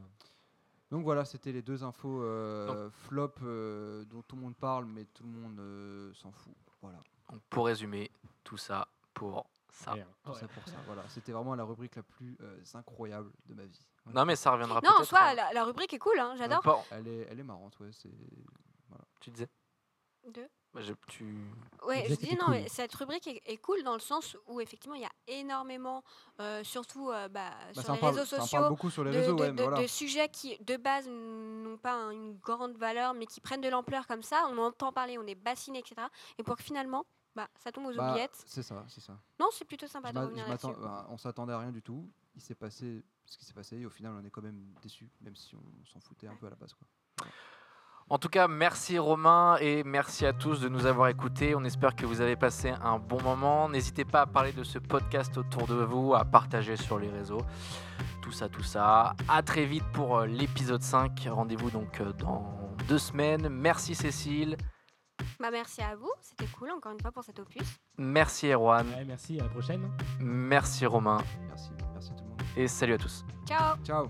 [SPEAKER 4] Donc voilà, c'était les deux infos euh, flop euh, dont tout le monde parle, mais tout le monde euh, s'en fout. Voilà,
[SPEAKER 2] Donc, pour résumer, tout ça pour ça.
[SPEAKER 5] Merde.
[SPEAKER 4] tout ça pour ça. Voilà, c'était vraiment la rubrique la plus euh, incroyable de ma vie. Ouais.
[SPEAKER 2] Non, mais ça reviendra
[SPEAKER 3] Non,
[SPEAKER 2] peut-être.
[SPEAKER 3] en soi,
[SPEAKER 2] hein.
[SPEAKER 3] la, la rubrique est cool, hein, j'adore.
[SPEAKER 2] Bon,
[SPEAKER 4] Elle est, elle est marrante, ouais. C'est bah,
[SPEAKER 2] tu disais
[SPEAKER 3] Deux.
[SPEAKER 2] Bah, je- tu-
[SPEAKER 3] Ouais,
[SPEAKER 5] disais
[SPEAKER 3] je
[SPEAKER 5] que
[SPEAKER 3] dis
[SPEAKER 5] c'était
[SPEAKER 3] non,
[SPEAKER 5] cool.
[SPEAKER 3] mais cette rubrique est, est cool dans le sens où effectivement il y a énormément, euh, surtout euh, bah,
[SPEAKER 4] Bah,
[SPEAKER 3] sur
[SPEAKER 4] en
[SPEAKER 3] les
[SPEAKER 4] parle-
[SPEAKER 3] réseaux
[SPEAKER 4] en parle
[SPEAKER 3] sociaux,
[SPEAKER 4] beaucoup sur
[SPEAKER 3] de,
[SPEAKER 4] les réseaux,
[SPEAKER 3] de-
[SPEAKER 4] ouais, mais
[SPEAKER 3] de-
[SPEAKER 4] voilà.
[SPEAKER 3] de sujets qui de base n'ont pas un- une grande valeur, mais qui prennent de l'ampleur comme ça. On entend parler, on est bassiné, etc. Et pour que finalement, bah, ça tombe aux
[SPEAKER 4] Bah,
[SPEAKER 3] oubliettes.
[SPEAKER 4] c'est ça, c'est ça.
[SPEAKER 3] Non, c'est plutôt sympa
[SPEAKER 4] Je
[SPEAKER 3] de
[SPEAKER 4] m'a-
[SPEAKER 3] revenir
[SPEAKER 4] je
[SPEAKER 3] là-dessus.
[SPEAKER 4] m'attends- bah, on s'attendait à rien du tout. Il s'est passé ce qui s'est passé et au final, on est quand même déçu, même si on s'en foutait un peu à la base. Quoi.
[SPEAKER 2] En tout cas, merci Romain et merci à tous de nous avoir écoutés. On espère que vous avez passé un bon moment. N'hésitez pas à parler de ce podcast autour de vous, à partager sur les réseaux. Tout ça, tout ça. À très vite pour euh, l'épisode 5. Rendez-vous donc euh, dans deux semaines. Merci Cécile.
[SPEAKER 3] Bah, merci à vous, c'était cool encore une fois pour cet opus.
[SPEAKER 2] Merci Erwan.
[SPEAKER 5] Ouais, merci, à la prochaine.
[SPEAKER 2] Merci Romain.
[SPEAKER 4] Merci, merci tout le monde.
[SPEAKER 2] Et salut à tous.
[SPEAKER 3] Ciao
[SPEAKER 4] Ciao